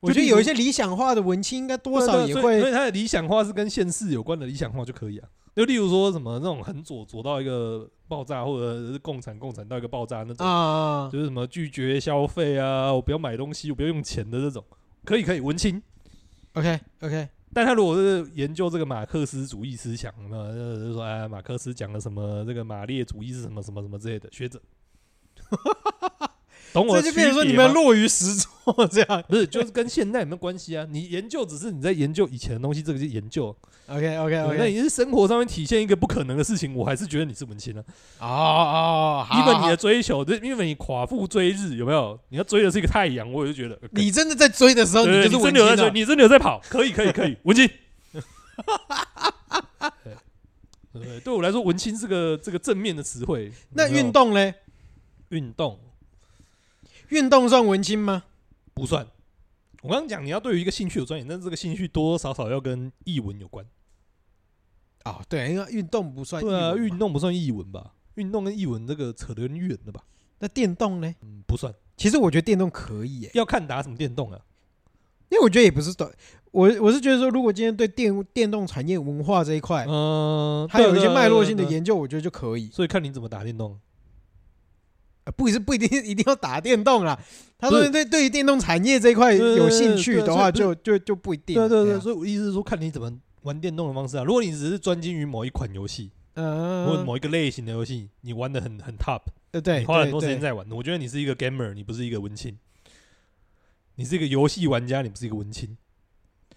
Speaker 1: 我
Speaker 2: 就
Speaker 1: 觉得
Speaker 2: 例
Speaker 1: 有一
Speaker 2: 如
Speaker 1: 些理想化的文青应该多
Speaker 2: 对
Speaker 1: 少
Speaker 2: 啊
Speaker 1: 也
Speaker 2: 所以所
Speaker 1: 会
Speaker 2: 以他的理想化是跟现世有关的理想化就可以啊。就例如说什么那种很左左到一个爆炸，或者是共产共产到一个爆炸那种。
Speaker 1: 啊，
Speaker 2: 就是什么拒绝消费啊，我不要买东西，我不要用钱的这种，可以可以文青。
Speaker 1: OK OK，
Speaker 2: 但他如果是研究这个马克思主义思想，那呃就是说哎，马克思讲了什么，这个马列主义是什么什么什么之类的学者，懂我
Speaker 1: 这就
Speaker 2: 的区
Speaker 1: 变成说你
Speaker 2: 别
Speaker 1: 们
Speaker 2: 吗？
Speaker 1: 落于实作这 样。
Speaker 2: 不是，就是跟现代有没有关系啊？你研究只是你在研究以前的东西，这个是研究。
Speaker 1: OK 哦 OK
Speaker 2: 对那
Speaker 1: OK，
Speaker 2: 你是生活上面体现一个不可能的事情，我还是觉得你是文青啊。
Speaker 1: 哦哦，好
Speaker 2: 因为你
Speaker 1: 好
Speaker 2: 的追求，对，因为你夸父追日有没有？你要追的是一个太阳，我就觉得呃
Speaker 1: 你真的在追的时候，你
Speaker 2: 对
Speaker 1: 就是
Speaker 2: 你真
Speaker 1: 文
Speaker 2: 的有在
Speaker 1: 青啊
Speaker 2: 追，
Speaker 1: 了。
Speaker 2: 你真的有在跑，可以可以可以，文青。对对，对我来说，文青是个这个正面的词汇。
Speaker 1: 那
Speaker 2: 有没有
Speaker 1: 运动嘞？
Speaker 2: 运动
Speaker 1: 运动算文青吗？
Speaker 2: 不算。我刚刚讲你要对于一个兴趣有钻研，但是这个兴趣多多少少要跟译文有关。
Speaker 1: 哦，对，因为运动不算。
Speaker 2: 对啊，运。动不算译文吧？运动跟译文这个扯得很远的吧？
Speaker 1: 那电动嘞？
Speaker 2: 嗯，不算。
Speaker 1: 其实我觉得电动可以耶。
Speaker 2: 要看打什么电动啊？
Speaker 1: 因为我觉得也不是短，我我是觉得说，如果今天对电电动产业文化这一块，
Speaker 2: 嗯，
Speaker 1: 它有一些脉络性的
Speaker 2: 研，
Speaker 1: 研究，我觉得就可以，
Speaker 2: 所以看你怎么打电动。
Speaker 1: 呃不是不一定一定要打电动啦。他
Speaker 2: 不
Speaker 1: 说
Speaker 2: 是
Speaker 1: 对对于电动产业这一块有兴趣的话，
Speaker 2: 对对
Speaker 1: 就就就不一定
Speaker 2: 对
Speaker 1: 了。
Speaker 2: 对
Speaker 1: 啊
Speaker 2: 对，，所以我意思是说，看你怎么玩电动的方式啊。如果你只是专精于某一款游戏，或者
Speaker 1: 嗯，
Speaker 2: 某一个类型的游戏，你玩的很很 top，
Speaker 1: 对对，
Speaker 2: 你花了很多时间
Speaker 1: 对
Speaker 2: 在玩。我觉得你是一个 gamer，你不是一个文青，你是一个游戏玩家，你不是一个文青。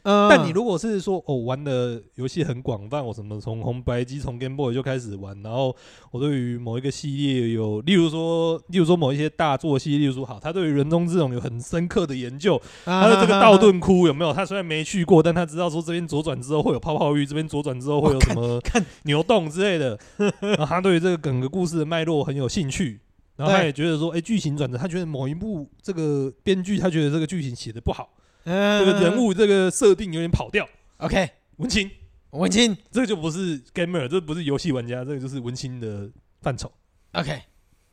Speaker 1: 嗯，
Speaker 2: 但你如果是说哦，玩的游戏很广泛，我什么从红白机从 Game Boy 就开始玩，然后我对于某一个系列有，例如说，例如说某一些大作系，例如说好，他对于人中之龙有很深刻的研究，他
Speaker 1: 他
Speaker 2: 的这个道，
Speaker 1: 嗯
Speaker 2: 顿窟有没有？他虽然没去过，但他知道说这边左转之后会有泡泡浴，这边左转之后会有什 么
Speaker 1: 看
Speaker 2: 牛洞之类的。然后他对于这个整个故事的脉络很有兴趣，然后他
Speaker 1: 对
Speaker 2: 也觉得说，哎，剧情转折，他觉得某一部这个编剧他觉得这个剧情写的不好，这
Speaker 1: 这
Speaker 2: 个人物这个设定有点跑调。
Speaker 1: 嗯，OK，
Speaker 2: 文青，
Speaker 1: 文青
Speaker 2: 这个就不是 gamer，这不是游戏玩家，这个就是文青的范畴。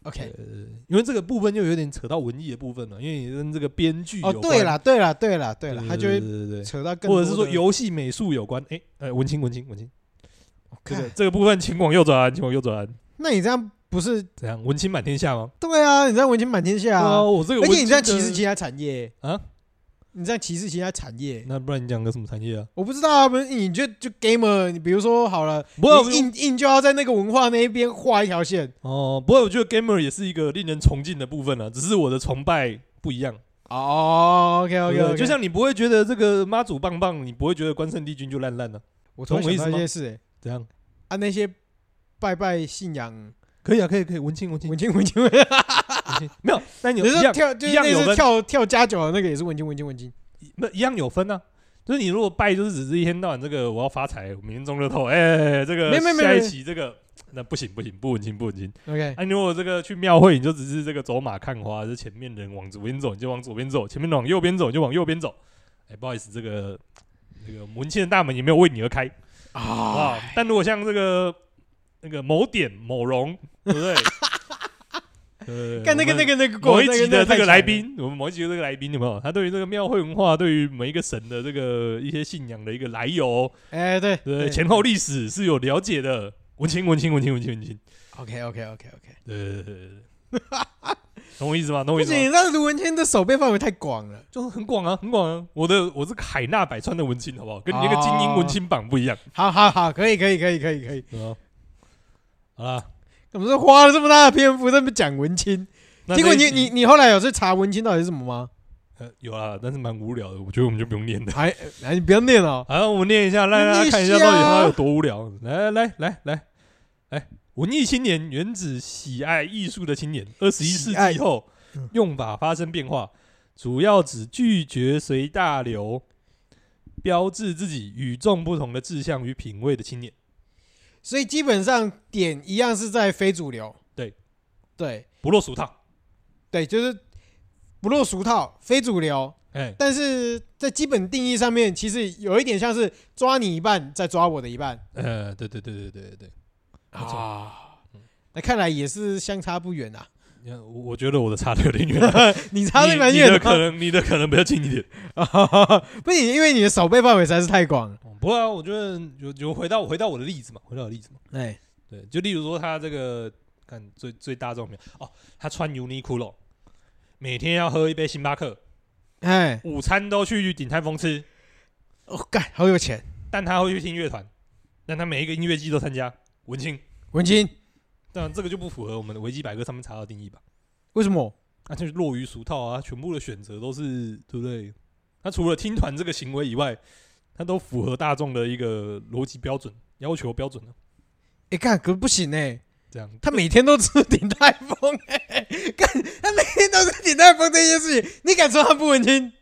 Speaker 1: ，OK，OK，
Speaker 2: 呃，因为这个部分又有点扯到文艺的部分了，因为你跟这个编剧
Speaker 1: 哦，
Speaker 2: 有
Speaker 1: 对
Speaker 2: 关
Speaker 1: 啦，对啦，对啦，对
Speaker 2: 对
Speaker 1: 啦，
Speaker 2: 对
Speaker 1: 他就会
Speaker 2: 对对对对
Speaker 1: 扯到更多
Speaker 2: 或
Speaker 1: 的，
Speaker 2: 者是说游戏美术有关，哎、呃，文青文青文青，
Speaker 1: 我
Speaker 2: 这个
Speaker 1: 哦看，
Speaker 2: 这个部分请往右转，请往右转，
Speaker 1: 那你这样不是
Speaker 2: 怎样？文青满天下吗？
Speaker 1: 对啊？你这样文青满天下
Speaker 2: 啊，
Speaker 1: 啊，
Speaker 2: 我这个
Speaker 1: 而
Speaker 2: 文
Speaker 1: 且你这样
Speaker 2: 青
Speaker 1: 歧
Speaker 2: 的
Speaker 1: 视其他产业
Speaker 2: 啊？
Speaker 1: 你这样歧视其他产业，
Speaker 2: 那不然你讲个什么产业啊？
Speaker 1: 我不知道啊，不是你就就 gamer，你比如说好了，
Speaker 2: 不过
Speaker 1: 你硬硬就要在那个文化那一边画一条线
Speaker 2: 哦，不过我觉得 gamer 也是一个令人崇敬的部分了、啊只是我的崇拜不一样。
Speaker 1: 哦，OK
Speaker 2: 对
Speaker 1: OK，
Speaker 2: 不对就像你不会觉得这个妈祖棒棒，你不会觉得关圣帝君就烂烂了，
Speaker 1: 我突然
Speaker 2: 懂
Speaker 1: 想
Speaker 2: 我意思
Speaker 1: 到一
Speaker 2: 吗
Speaker 1: 件事、欸，
Speaker 2: 怎样？
Speaker 1: 啊，那些拜拜信仰
Speaker 2: 可以啊，可以可以，文青文
Speaker 1: 文
Speaker 2: 青文
Speaker 1: 青文青，
Speaker 2: 青，没有，那你
Speaker 1: 你
Speaker 2: 有一
Speaker 1: 说
Speaker 2: 样
Speaker 1: 跳就是
Speaker 2: 一样
Speaker 1: 那
Speaker 2: 有
Speaker 1: 次
Speaker 2: 分
Speaker 1: 跳跳加九的那个也是文青文青文青，
Speaker 2: 那一样有分啊。就是你如果拜，就是只是一天到晚这个我要发财，我明天中乐透，哎、这个
Speaker 1: 没没没
Speaker 2: 下一
Speaker 1: 没
Speaker 2: 期这个那不行不行不文青不文青。
Speaker 1: OK，
Speaker 2: 哎、你如果这个去庙会，你就只是这个走马看花，就是前面人往左边走你就往左边走，前面人往右边走你就往右边走。哎、不好意思，这个这个文青的大门也没有为你 而开。
Speaker 1: 啊
Speaker 2: 啊，但如果像这个那个某点某荣，对 不对？呃
Speaker 1: 干那个
Speaker 2: 我
Speaker 1: 那
Speaker 2: 们
Speaker 1: 个那个
Speaker 2: 某一集的这个来，
Speaker 1: 那
Speaker 2: 宾，我们某一集的这个来宾有没有？ 他对于这个庙会文化，对于每一个神的这个一些信仰的一个来由，
Speaker 1: 太强了哎、对
Speaker 2: 对不对前后历史是有了解的。文青，文青，文青，文青，文青，
Speaker 1: OK OK OK OK，
Speaker 2: 对对对对对对懂我意思吗？懂我
Speaker 1: 不
Speaker 2: 意思
Speaker 1: 行，
Speaker 2: 吗？
Speaker 1: 那卢文青的手背范围太广了，
Speaker 2: 就是很广啊，很广啊。我的我是个海纳百川的文青，好不好？跟你那个精英文青榜不一样，
Speaker 1: 好好好，可以可以可以可以可以，
Speaker 2: 对吧？好啦，
Speaker 1: 怎么是花了这么大的篇幅在那边讲文青？
Speaker 2: 那
Speaker 1: 结果
Speaker 2: 这
Speaker 1: 你
Speaker 2: 一集
Speaker 1: 你你后来有去查文青到底是什么吗？
Speaker 2: 呃，有啊，但是蛮无聊的，我觉得我们就不用念了。
Speaker 1: 还 哎，你不要念哦。
Speaker 2: 好，我们念一下，让大家看一下到底它有多无聊。来来来来来，文艺青年原指喜爱艺术的青年，二十一世
Speaker 1: 喜爱
Speaker 2: 纪后
Speaker 1: 嗯
Speaker 2: 用法发生变化，主要指拒绝随大流，标志自己与众不同的志向与品味的青年。
Speaker 1: 所以基本上点一样是在非主流，
Speaker 2: 对
Speaker 1: 对
Speaker 2: 不落俗套。
Speaker 1: 对，就是不落俗套，非主流。
Speaker 2: 哎，
Speaker 1: 但是在基本定义上面，其实有一点像是抓你一半，再抓我的一半
Speaker 2: 呃，对对对对对对，没错
Speaker 1: 啊。那看来也是相差不远啊，
Speaker 2: 你看我我觉得我的差的有点远，
Speaker 1: 你差的蛮
Speaker 2: 你
Speaker 1: 远
Speaker 2: 你的可
Speaker 1: 的。
Speaker 2: 能你的可能比较近一点。
Speaker 1: 不行，因为你的手背范围实在是太广了。
Speaker 2: 哦不过啊，我觉得有有回到回到我的例子嘛，回到我的例子嘛。
Speaker 1: 哎，
Speaker 2: 对，就例如说他这个看最最大众没有哦，他穿 Uniqlo，每天要喝一杯星巴克，
Speaker 1: 哎，
Speaker 2: 午餐都去鼎泰丰吃，
Speaker 1: 我干，好有钱，
Speaker 2: 但他会去听乐团，但他每一个音乐季都参加，文青。
Speaker 1: 文青，
Speaker 2: 但这个就不符合我们的维基百科上面查到的定义吧？
Speaker 1: 为什么？
Speaker 2: 那、就是落于俗套啊，全部的选择都是对不对？他除了听团这个行为以外，他都符合大众的一个逻辑标准、要求标准了、
Speaker 1: 哎，干，可不行哎、
Speaker 2: 这样
Speaker 1: 他每天都吃鼎泰丰、欸，干他每天都吃鼎泰丰这件事情，你敢说他不文青？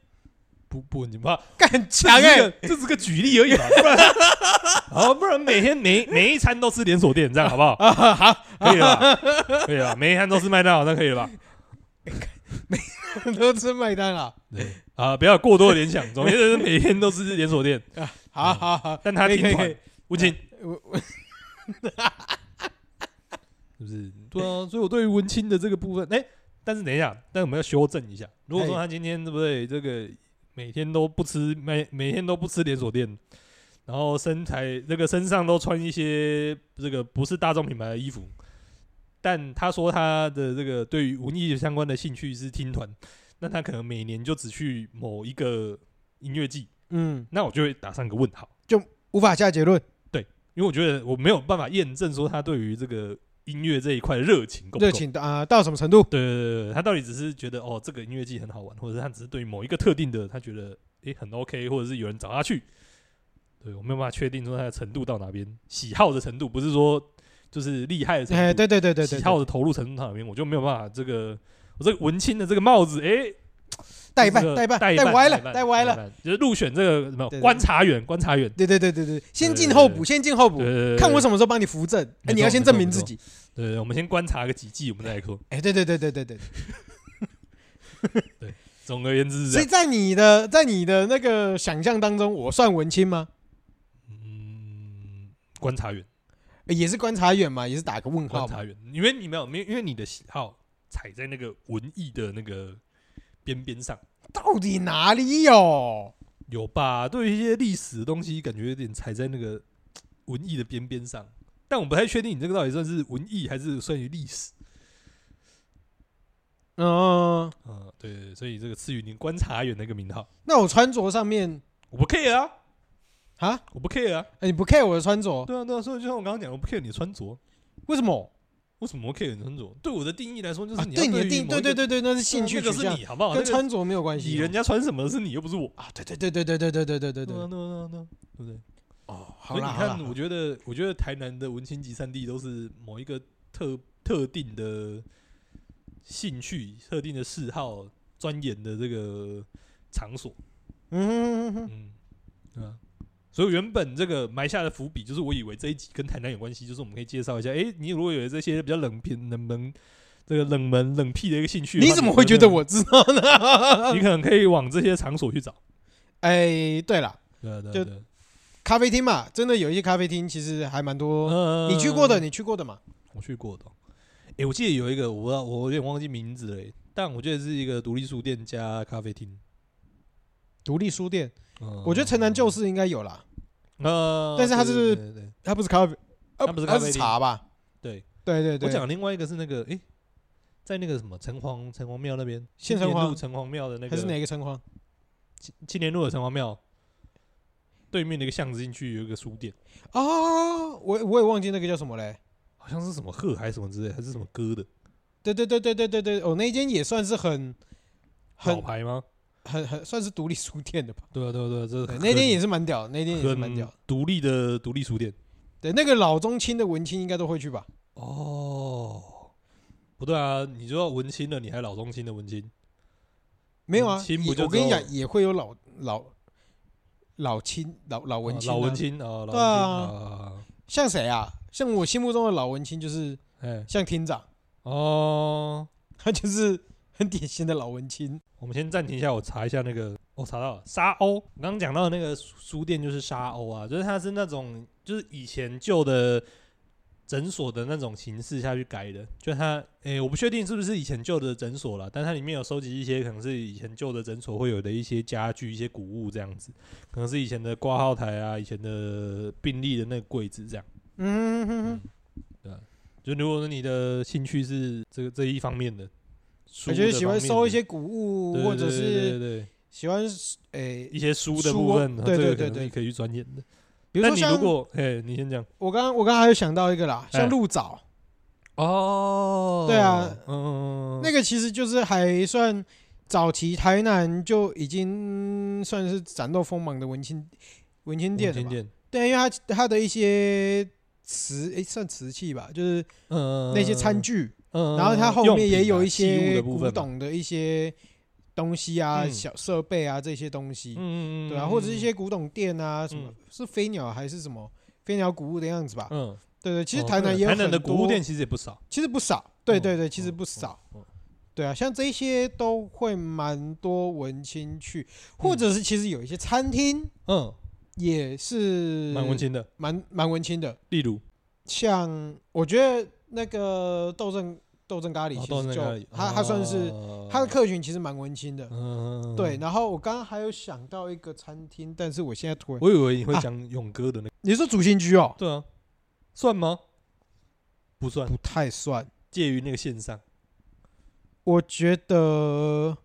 Speaker 2: 不不文青吧？
Speaker 1: 干很强
Speaker 2: 这
Speaker 1: 哎、
Speaker 2: 是个这只是个举例而已嘛，不然， 好，不然每天每每一餐都吃连锁店，这样好不好？
Speaker 1: 啊好，
Speaker 2: 可以了吧，可以了吧，每一餐都吃麦当劳，那可以了吧？
Speaker 1: 都吃麦当劳，
Speaker 2: 对啊，不要有过多的联想，总而言之，每天都吃连锁店，嗯
Speaker 1: 好好好，
Speaker 2: 但他
Speaker 1: 可以
Speaker 2: 听
Speaker 1: 可以可
Speaker 2: 团
Speaker 1: 以，
Speaker 2: 吴京
Speaker 1: 我 我
Speaker 2: 是不是？对啊，所以我对于文青的这个部分，哎，但是等一下，但我们要修正一下。如果说
Speaker 1: 哎
Speaker 2: 他今天对不对，这个每天都不吃，每每天都不吃连锁店。然后身材这个身上都穿一些这个不是大众品牌的衣服，但他说他的这个对于文艺相关的兴趣是听团，那他可能每年就只去某一个音乐季，
Speaker 1: 嗯，
Speaker 2: 那我就会打上个问号，
Speaker 1: 无法下结论。
Speaker 2: 因为我觉得我没有办法验证说他对于这个音乐这一块的热情够不够
Speaker 1: 热。情到啊、到什么程度？
Speaker 2: 对对对对，他到底只是觉得哦这个音乐季很好玩，或者是他只是对某一个特定的他觉得诶、很 OK，或者是有人找他去，对我没有办法确定说他的程度到哪边，喜好的程度不是说就是厉害的程度，
Speaker 1: 哎，对对对对对
Speaker 2: 喜，好的投入程度到哪边，我就没有办法这个我这个文青的这个帽子，诶、
Speaker 1: 带半
Speaker 2: 这个
Speaker 1: 带半
Speaker 2: 带一
Speaker 1: 带
Speaker 2: 半
Speaker 1: 歪了
Speaker 2: 一半
Speaker 1: 带歪，了，
Speaker 2: 半就是入选这个什么
Speaker 1: 对对对
Speaker 2: 观察员，观察员，
Speaker 1: 对对对对对，先进
Speaker 2: 对
Speaker 1: 后
Speaker 2: 对
Speaker 1: 补，先进后补
Speaker 2: 对，对
Speaker 1: 看我
Speaker 2: 么，
Speaker 1: 什么时候帮你扶正。哎，
Speaker 2: 没
Speaker 1: 你要
Speaker 2: 错
Speaker 1: 先
Speaker 2: 没
Speaker 1: 证
Speaker 2: 错
Speaker 1: 明
Speaker 2: 没
Speaker 1: 自
Speaker 2: 错
Speaker 1: 己。
Speaker 2: 对对，对我们先观察个几季，我们再来说。
Speaker 1: 哎，对对对对对对，
Speaker 2: 总而言之是这
Speaker 1: 所以
Speaker 2: 样，
Speaker 1: 在你的在你的那个想象当中，我算文青吗？
Speaker 2: 嗯，观察员，
Speaker 1: 哎也是观察员嘛，也是打个问号
Speaker 2: 观
Speaker 1: 嘛。
Speaker 2: 察员，因为你没有，没有因为你的喜好踩在那个文艺的那个边边上，
Speaker 1: 到底哪里有？
Speaker 2: 有吧？对于一些历史的东西，感觉有点踩在那个嘖嗯文艺的边边上，但我不太确定你这个到底算是文艺还是算于历 史。
Speaker 1: 嗯，
Speaker 2: 嗯，对对，对所以这个赐予你观察员那个名号，
Speaker 1: 那我穿着上面
Speaker 2: 我不 care 啊，
Speaker 1: 啊，
Speaker 2: 我不 care 啊，
Speaker 1: 哎你不 care 我的穿着，
Speaker 2: 对啊对啊，所以就像我刚刚讲，我不 care 你的穿着，
Speaker 1: 为什么？
Speaker 2: 为什么我 care 你的穿着？对我的定义来说，就是
Speaker 1: 啊，
Speaker 2: 你要
Speaker 1: 对你的
Speaker 2: 于
Speaker 1: 定，
Speaker 2: 某
Speaker 1: 对
Speaker 2: 一
Speaker 1: 对
Speaker 2: 个
Speaker 1: 对对，那是啊兴趣
Speaker 2: 那个
Speaker 1: 取
Speaker 2: 是
Speaker 1: 向，
Speaker 2: 你好不好？
Speaker 1: 跟
Speaker 2: 那个
Speaker 1: 穿着没有关
Speaker 2: 你
Speaker 1: 系。哦
Speaker 2: 人家穿什么是你，又不是我。
Speaker 1: 啊，对对对对对对对对对对
Speaker 2: 对
Speaker 1: 对。
Speaker 2: 啊对啊对啊对啊对不对？
Speaker 1: 嗯哦，好
Speaker 2: 所以
Speaker 1: 啦
Speaker 2: 你
Speaker 1: 好啦
Speaker 2: 看，，我觉得，我觉得台南的文青集散地都是某一个特特定的兴趣、特定的嗜好、钻研的这个场所。
Speaker 1: 嗯哼哼哼，
Speaker 2: 嗯，对啊。所以原本这个埋下的伏笔，就是我以为这一集跟台南有关系，就是我们可以介绍一下，诶，你如果有这些比较冷偏、冷门、这个冷门、冷僻的一个兴趣的话，
Speaker 1: 你怎么会觉得我知道呢？
Speaker 2: 你可能？你可能可以往这些场所去找。
Speaker 1: 哎，对了，
Speaker 2: 对啊对啊
Speaker 1: 就
Speaker 2: 对啊
Speaker 1: 咖啡厅嘛，真的有一些咖啡厅其实还蛮多，
Speaker 2: 嗯
Speaker 1: 你去过的，你去过的嘛？
Speaker 2: 我去过的哦。诶，我记得有一个，我不知道我有点忘记名字了耶，但我记得是一个独立书店加咖啡厅。
Speaker 1: 独立书店，
Speaker 2: 嗯
Speaker 1: 我觉得城南旧，事应该有啦，
Speaker 2: 呃，
Speaker 1: 但是它
Speaker 2: 对
Speaker 1: 是
Speaker 2: 对对对
Speaker 1: 它不是咖啡，呃
Speaker 2: 它不是咖
Speaker 1: 它
Speaker 2: 啡
Speaker 1: 是
Speaker 2: 厅
Speaker 1: 茶吧？
Speaker 2: 对
Speaker 1: 对对对，
Speaker 2: 我讲另外一个是那个，诶，在那个什么城隍城隍庙那边，
Speaker 1: 县
Speaker 2: 青
Speaker 1: 城
Speaker 2: 年
Speaker 1: 隍
Speaker 2: 路城隍庙的那
Speaker 1: 还是
Speaker 2: 个
Speaker 1: 哪个城隍？
Speaker 2: 青年路的城隍庙对面的一个巷子进去有一个书店，
Speaker 1: 哦，我我也忘记那个叫什么嘞。
Speaker 2: 好像是什么鹤还是什么之类，还是什么歌的
Speaker 1: 对对对对对对对，哦，那一间也算是很
Speaker 2: 老
Speaker 1: 很
Speaker 2: 牌吗？
Speaker 1: 很很算是独立书店 的吧？
Speaker 2: 对啊对啊对啊，这
Speaker 1: 对，
Speaker 2: 很
Speaker 1: 那间也是蛮屌的，那间也是蛮屌
Speaker 2: 很
Speaker 1: 的。
Speaker 2: 独立的独立书店。
Speaker 1: 对，那个老中青的文青应该都会去吧？
Speaker 2: 哦，不对啊，你就要文青了，你还老中青的文青？
Speaker 1: 没有啊，
Speaker 2: 文青
Speaker 1: 也
Speaker 2: 不就
Speaker 1: 我跟你
Speaker 2: 只有
Speaker 1: 讲，也会有老老老青老老文青、
Speaker 2: 老文，青啊，老文
Speaker 1: 对
Speaker 2: 青
Speaker 1: 啊
Speaker 2: 啊，
Speaker 1: 像谁啊？像我心目中的老文青就是
Speaker 2: 哎，
Speaker 1: 像厅长，
Speaker 2: 哦，
Speaker 1: 他就是很典型的老文青。
Speaker 2: 我们先暂停一下，我查一下那个，我、查到了沙鸥。我刚刚讲到的那个书书店就是沙鸥啊，就是它是那种就是以前旧的诊所的那种形式下去改的，就它诶、我不确定是不是以前旧的诊所了，但它里面有收集一些可能是以前旧的诊所会有的一些家具、一些古物这样子，可能是以前的挂号台啊、以前的病历的那个柜子这样。
Speaker 1: 嗯哼哼哼，
Speaker 2: 就如果你的兴趣是这个这一方面的，书
Speaker 1: 我觉得
Speaker 2: 的
Speaker 1: 喜
Speaker 2: 方
Speaker 1: 欢
Speaker 2: 面
Speaker 1: 收一
Speaker 2: 的
Speaker 1: 些古物，
Speaker 2: 对
Speaker 1: 或者
Speaker 2: 对对对
Speaker 1: 是
Speaker 2: 对对
Speaker 1: 喜欢诶、
Speaker 2: 一些书
Speaker 1: 书
Speaker 2: 的部
Speaker 1: 哦
Speaker 2: 分，
Speaker 1: 对
Speaker 2: 这
Speaker 1: 对对
Speaker 2: 个可能
Speaker 1: 对
Speaker 2: 你可以去钻研的。
Speaker 1: 比如
Speaker 2: 那
Speaker 1: 说
Speaker 2: 你
Speaker 1: 像
Speaker 2: 如果，哎，你先讲
Speaker 1: 我刚刚我刚刚还有想到一个啦，
Speaker 2: 哎
Speaker 1: 像鹿藻、
Speaker 2: 哦
Speaker 1: 对啊，
Speaker 2: 嗯，
Speaker 1: 那个，其实就是还算早期台南就已经算是崭露锋芒的文青文青店了吧？
Speaker 2: 店，
Speaker 1: 对，因为它它的一些瓷诶、算瓷器吧，就是
Speaker 2: 嗯，
Speaker 1: 那些餐，具，
Speaker 2: 嗯，
Speaker 1: 然后它后
Speaker 2: 用
Speaker 1: 面也
Speaker 2: 品
Speaker 1: 有
Speaker 2: 啊
Speaker 1: 一
Speaker 2: 器物
Speaker 1: 些
Speaker 2: 的部
Speaker 1: 古
Speaker 2: 分嘛，
Speaker 1: 董的一些东西啊、
Speaker 2: 嗯
Speaker 1: 小设备啊这些东西，
Speaker 2: 嗯，
Speaker 1: 对啊，或者是一些，古董店啊，什么、
Speaker 2: 嗯
Speaker 1: 是飞鸟还是什么飞鸟古物的样子吧？
Speaker 2: 嗯，
Speaker 1: 对对，其实
Speaker 2: 哦
Speaker 1: 台
Speaker 2: 对
Speaker 1: 南
Speaker 2: 啊
Speaker 1: 也有
Speaker 2: 台
Speaker 1: 很
Speaker 2: 南的古
Speaker 1: 多
Speaker 2: 物店其实也不少，
Speaker 1: 其实不少，对
Speaker 2: 嗯
Speaker 1: 对对，其实
Speaker 2: 嗯
Speaker 1: 不
Speaker 2: 嗯
Speaker 1: 少
Speaker 2: 嗯，
Speaker 1: 对啊，像这些都会蛮多文青去，或者是其实有一些餐厅
Speaker 2: 嗯，
Speaker 1: 也是
Speaker 2: 蛮文，青的。
Speaker 1: 蛮蛮文青的，
Speaker 2: 例如，
Speaker 1: 像我觉得那个豆正豆正咖喱
Speaker 2: 哦
Speaker 1: 其
Speaker 2: 豆
Speaker 1: 实
Speaker 2: 浆咖喱
Speaker 1: 就它它算是
Speaker 2: 哦
Speaker 1: 它的客群其实蛮文青的，
Speaker 2: 嗯，
Speaker 1: 对。然后我刚刚还有想到一个餐厅，但是我现在突然
Speaker 2: 我以为你会
Speaker 1: 啊
Speaker 2: 讲勇哥的那个，
Speaker 1: 你说主心居哦，
Speaker 2: 对啊，算吗？不算，
Speaker 1: 不太算。
Speaker 2: 介于那个线上。
Speaker 1: 我觉得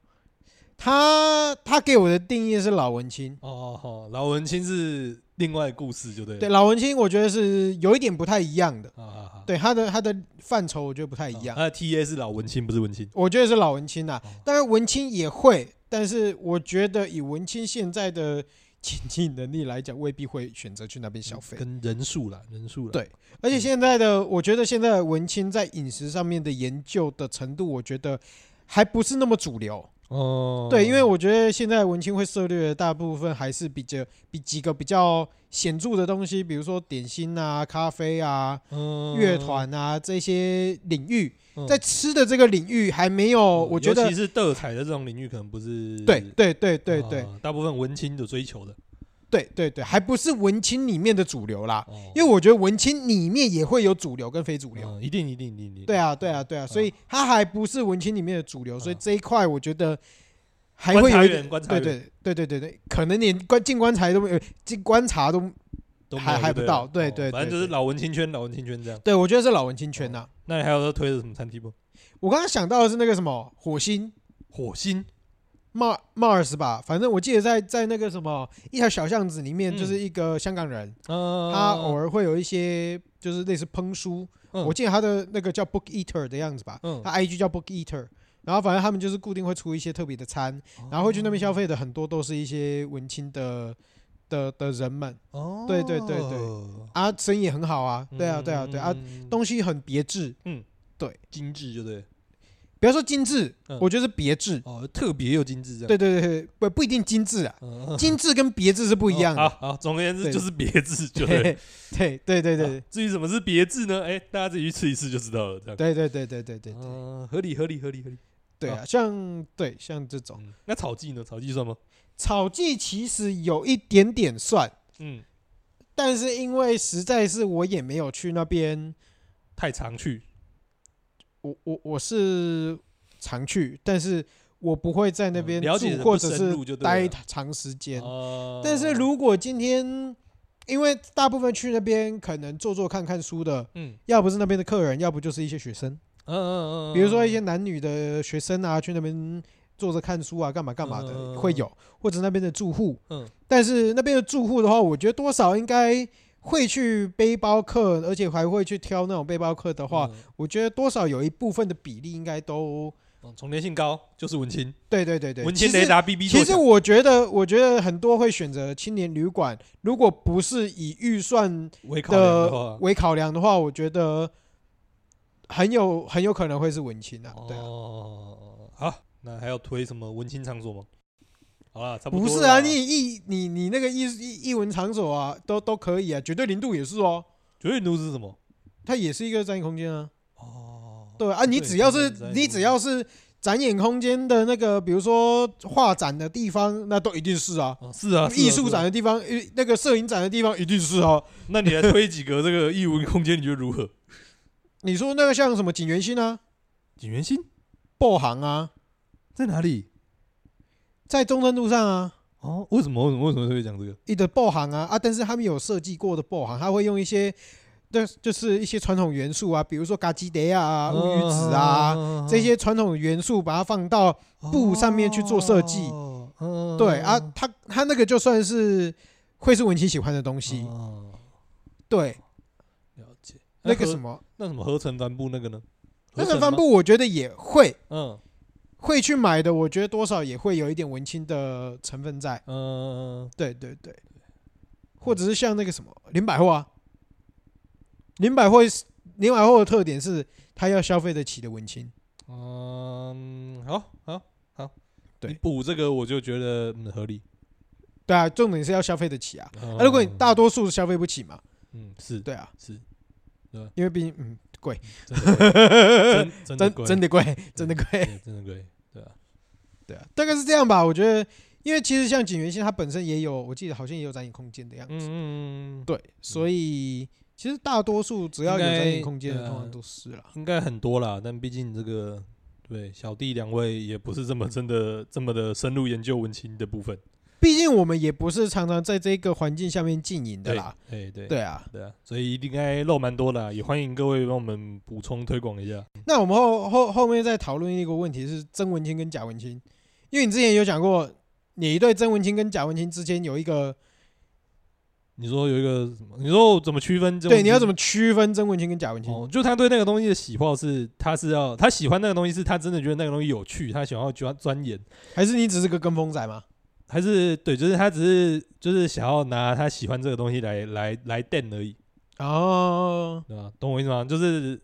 Speaker 1: 他他给我的定义是老文青，
Speaker 2: 哦，好，老文青是另外的故事，就对了。
Speaker 1: 对老文青，我觉得是有一点不太一样的。
Speaker 2: 啊，啊啊，
Speaker 1: 对他的他的范畴，我觉得不太
Speaker 2: 啊
Speaker 1: 一样。
Speaker 2: 他的 T A 是老文青，不是文青。
Speaker 1: 我觉得是老文青呐、
Speaker 2: 哦
Speaker 1: 当然文青也会，但是我觉得以文青现在的 经济能力来讲，未必会选择去那边消费。
Speaker 2: 嗯跟嗯人数啦，人数啦，
Speaker 1: 对而且现在的，我觉得现在的文青在饮食上面的研究的程度，我觉得还不是那么主流。
Speaker 2: 哦，
Speaker 1: 对，因为我觉得现在文青会涉猎的大部分还是比较比几个比较显著的东西，比如说点心啊、咖啡啊、
Speaker 2: 嗯
Speaker 1: 乐，团啊这些领域，
Speaker 2: 嗯
Speaker 1: 在吃的这个领域还没有，
Speaker 2: 嗯
Speaker 1: 我觉
Speaker 2: 尤
Speaker 1: 得
Speaker 2: 其是德彩的这种领域，可能不是
Speaker 1: 对对对对对
Speaker 2: 啊大部分文青有追求的，
Speaker 1: 对对对，还不是文青里面的主流啦。
Speaker 2: 哦
Speaker 1: 因为我觉得文青里面也会有主流跟非主流，
Speaker 2: 嗯一定一定一定一定，
Speaker 1: 对啊对啊对啊，所以它还不是文青里面的主流，所以
Speaker 2: 嗯
Speaker 1: 这一块我觉得还
Speaker 2: 观
Speaker 1: 会有
Speaker 2: 察
Speaker 1: 一
Speaker 2: 员
Speaker 1: 点
Speaker 2: 观察
Speaker 1: 对
Speaker 2: 员
Speaker 1: 对对对对对，可能连观进观察都没有，进观察都
Speaker 2: 都没有
Speaker 1: 还还
Speaker 2: 就
Speaker 1: 不
Speaker 2: 对
Speaker 1: 到
Speaker 2: 了
Speaker 1: 对
Speaker 2: 哦
Speaker 1: 对
Speaker 2: 反正
Speaker 1: 对
Speaker 2: 就是
Speaker 1: 对
Speaker 2: 老文青圈，老文青圈这样。
Speaker 1: 对我觉得是老文青圈呐。
Speaker 2: 那你还有都推的什么餐厅不？
Speaker 1: 哦我刚刚想到的是那个什么火星
Speaker 2: 火星，
Speaker 1: Mar Mars 吧，反正我记得在在那个什么一条小巷子里面，就是
Speaker 2: 嗯
Speaker 1: 一个香港人，
Speaker 2: 呃，
Speaker 1: 他偶尔会有一些就是类似烹书，
Speaker 2: 嗯
Speaker 1: 我记得他的那个叫 Book Eater 的样子吧，
Speaker 2: 嗯
Speaker 1: 他 IG 叫 Book Eater，然后反正他们就是固定会出一些特别的餐，然后会去那边消费的很多都是一些文青的的的人们
Speaker 2: 哦，
Speaker 1: 对对对对
Speaker 2: 嗯，
Speaker 1: 啊，生意也很好啊，对啊对啊对啊，东西很别致，
Speaker 2: 精致就对，
Speaker 1: 不要说精致
Speaker 2: 嗯，
Speaker 1: 我觉得是别致，
Speaker 2: 哦，特别又精致这样，
Speaker 1: 对对对，对不不一定精致 啊，
Speaker 2: 嗯，嗯
Speaker 1: 精致跟别致是不一样
Speaker 2: 哦
Speaker 1: 的，
Speaker 2: 好好，总而言之
Speaker 1: 对
Speaker 2: 就是别致， 就对了
Speaker 1: 对 对对对对
Speaker 2: 啊至于什么是别致呢？哎，大家自己去吃一次就知道了。这样，
Speaker 1: 对对对对对对对
Speaker 2: 嗯，合理合理合理合理。
Speaker 1: 对
Speaker 2: 哦
Speaker 1: 啊，像对像这种
Speaker 2: 嗯那草记呢？草记算吗？
Speaker 1: 草记其实有一点点算，
Speaker 2: 嗯，
Speaker 1: 但是因为实在是我也没有去那边，
Speaker 2: 太常去，
Speaker 1: 我我我是常去，但是我不会在那边
Speaker 2: 嗯了解
Speaker 1: 住
Speaker 2: 得不
Speaker 1: 或者
Speaker 2: 深
Speaker 1: 是
Speaker 2: 入就对
Speaker 1: 待
Speaker 2: 了
Speaker 1: 长时间。
Speaker 2: 哦
Speaker 1: 但是如果今天，因为大部分去那边可能坐坐看看书的，
Speaker 2: 嗯
Speaker 1: 要不是那边的客人，要不就是一些学生，
Speaker 2: 嗯嗯嗯，
Speaker 1: 比如说一些
Speaker 2: 嗯
Speaker 1: 男女的学生啊，去那边坐着看书啊，干嘛干嘛
Speaker 2: 嗯
Speaker 1: 的会有，或者那边的住户。
Speaker 2: 嗯，
Speaker 1: 但是那边的住户的话，我觉得多少应该会去背包客，而且还会去挑那种背包客的话，
Speaker 2: 嗯，
Speaker 1: 我觉得多少有一部分的比例应该都
Speaker 2: 嗯重叠性高就是文青，
Speaker 1: 对对对对。
Speaker 2: 文
Speaker 1: 其
Speaker 2: 青
Speaker 1: 实
Speaker 2: 雷达 BB
Speaker 1: 其
Speaker 2: 作
Speaker 1: 实
Speaker 2: 响
Speaker 1: 我觉得，我觉得很多会选择青年旅馆，如果不是以预算
Speaker 2: 为考量的
Speaker 1: 的
Speaker 2: 话，
Speaker 1: 为考量的话，我觉得很有很有可能会是文青啊，对啊。
Speaker 2: 哦，好，那还要推什么文青场所吗？好啦，差
Speaker 1: 不
Speaker 2: 多
Speaker 1: 是
Speaker 2: 了
Speaker 1: 啊，
Speaker 2: 啦
Speaker 1: 你艺你你那个艺艺艺文场所啊，都都可以啊，绝对零度也是哦，
Speaker 2: 绝对都是什么？
Speaker 1: 它也是一个展演空间啊。
Speaker 2: 哦，
Speaker 1: 对啊，你
Speaker 2: 对
Speaker 1: 只要
Speaker 2: 它
Speaker 1: 是
Speaker 2: 是展演
Speaker 1: 你
Speaker 2: 空
Speaker 1: 只
Speaker 2: 间
Speaker 1: 要是展演空间的那个，比如说画展的地方，那都一定是啊。
Speaker 2: 哦，是啊，是啊
Speaker 1: 艺术。
Speaker 2: 是
Speaker 1: 展
Speaker 2: 啊
Speaker 1: 的地方，呃那个摄影展的地方一定是啊。
Speaker 2: 那你来推几个这个艺文空间，你觉得如何？
Speaker 1: 你说那个像什么景元星啊、
Speaker 2: 景元星
Speaker 1: 爆行啊，
Speaker 2: 在哪里？
Speaker 1: 在中正路上啊，
Speaker 2: 哦，为什么？为什么？为什么会讲这个？
Speaker 1: 一的爆行啊啊，但是他们有设计过的爆行，他会用一些，对，就是一些传统元素啊，比如说嘎吉德啊、
Speaker 2: 哦
Speaker 1: 乌鱼子啊。
Speaker 2: 啊
Speaker 1: 这些传统元素，把它放到布上面去做设计
Speaker 2: 哦嗯
Speaker 1: 对啊，它它那个就算是会是文青喜欢的东西，
Speaker 2: 哦
Speaker 1: 对，
Speaker 2: 了解。
Speaker 1: 那个什
Speaker 2: 么，
Speaker 1: 么，
Speaker 2: 那什么合成帆布那个呢？
Speaker 1: 那
Speaker 2: 合
Speaker 1: 个
Speaker 2: 成
Speaker 1: 帆
Speaker 2: 吗，
Speaker 1: 布我觉得也会
Speaker 2: 嗯
Speaker 1: 会去买的，我觉得多少也会有一点文青的成分在，
Speaker 2: 嗯，
Speaker 1: 对对对，或者是像那个什么林百货啊，林百货是林百货的特点是它要消费得起的文青，
Speaker 2: 嗯，好好好，
Speaker 1: 对
Speaker 2: 你补这个我就觉得嗯合理。
Speaker 1: 对啊，重点是要消费得起啊，
Speaker 2: 那
Speaker 1: 那如果你大多数是消费不起嘛，
Speaker 2: 哦嗯是
Speaker 1: 对啊，
Speaker 2: 是
Speaker 1: 因为毕竟嗯贵，
Speaker 2: 真的贵 真
Speaker 1: 真
Speaker 2: 真
Speaker 1: 真
Speaker 2: 的
Speaker 1: 的贵，真的
Speaker 2: 贵
Speaker 1: 贵，
Speaker 2: 对真的贵，对啊，
Speaker 1: 对啊，大概是这样吧，我觉得，因为其实像景元星它本身也有，我记得好像也有展演空间的样子。
Speaker 2: 嗯嗯，嗯
Speaker 1: 对，所以其实大多数只要有展演空间
Speaker 2: 应
Speaker 1: 的，
Speaker 2: 该
Speaker 1: 通常都是啦。
Speaker 2: 应该很多啦，但毕竟这个对小弟两位也不是这么真的这么的深入研究文青的部分，
Speaker 1: 毕竟我们也不是常常在这个环境下面经营的
Speaker 2: 对
Speaker 1: 啦。
Speaker 2: 对对
Speaker 1: 对啊，
Speaker 2: 对啊，所以应该漏蛮多的啊，也欢迎各位帮我们补充推广一下。
Speaker 1: 那我们后后后面再讨论一个问题是真文青跟假文青，因为你之前有讲过，你对真文青跟假文青之间有一个
Speaker 2: 你说有一个什么？你说我怎么区分这种？
Speaker 1: 对，你要怎
Speaker 2: 么？
Speaker 1: 么区分真文青跟假文青？
Speaker 2: 哦，就他对那个东西的喜好是，他是要他喜欢那个东西，是他真的觉得那个东西有趣，他想要钻钻研，
Speaker 1: 还是你只是个跟风仔吗？
Speaker 2: 还是对，就是他只是就是想要拿他喜欢这个东西来来来垫而已，
Speaker 1: 哦，
Speaker 2: 对吧？啊懂我意思吗？就是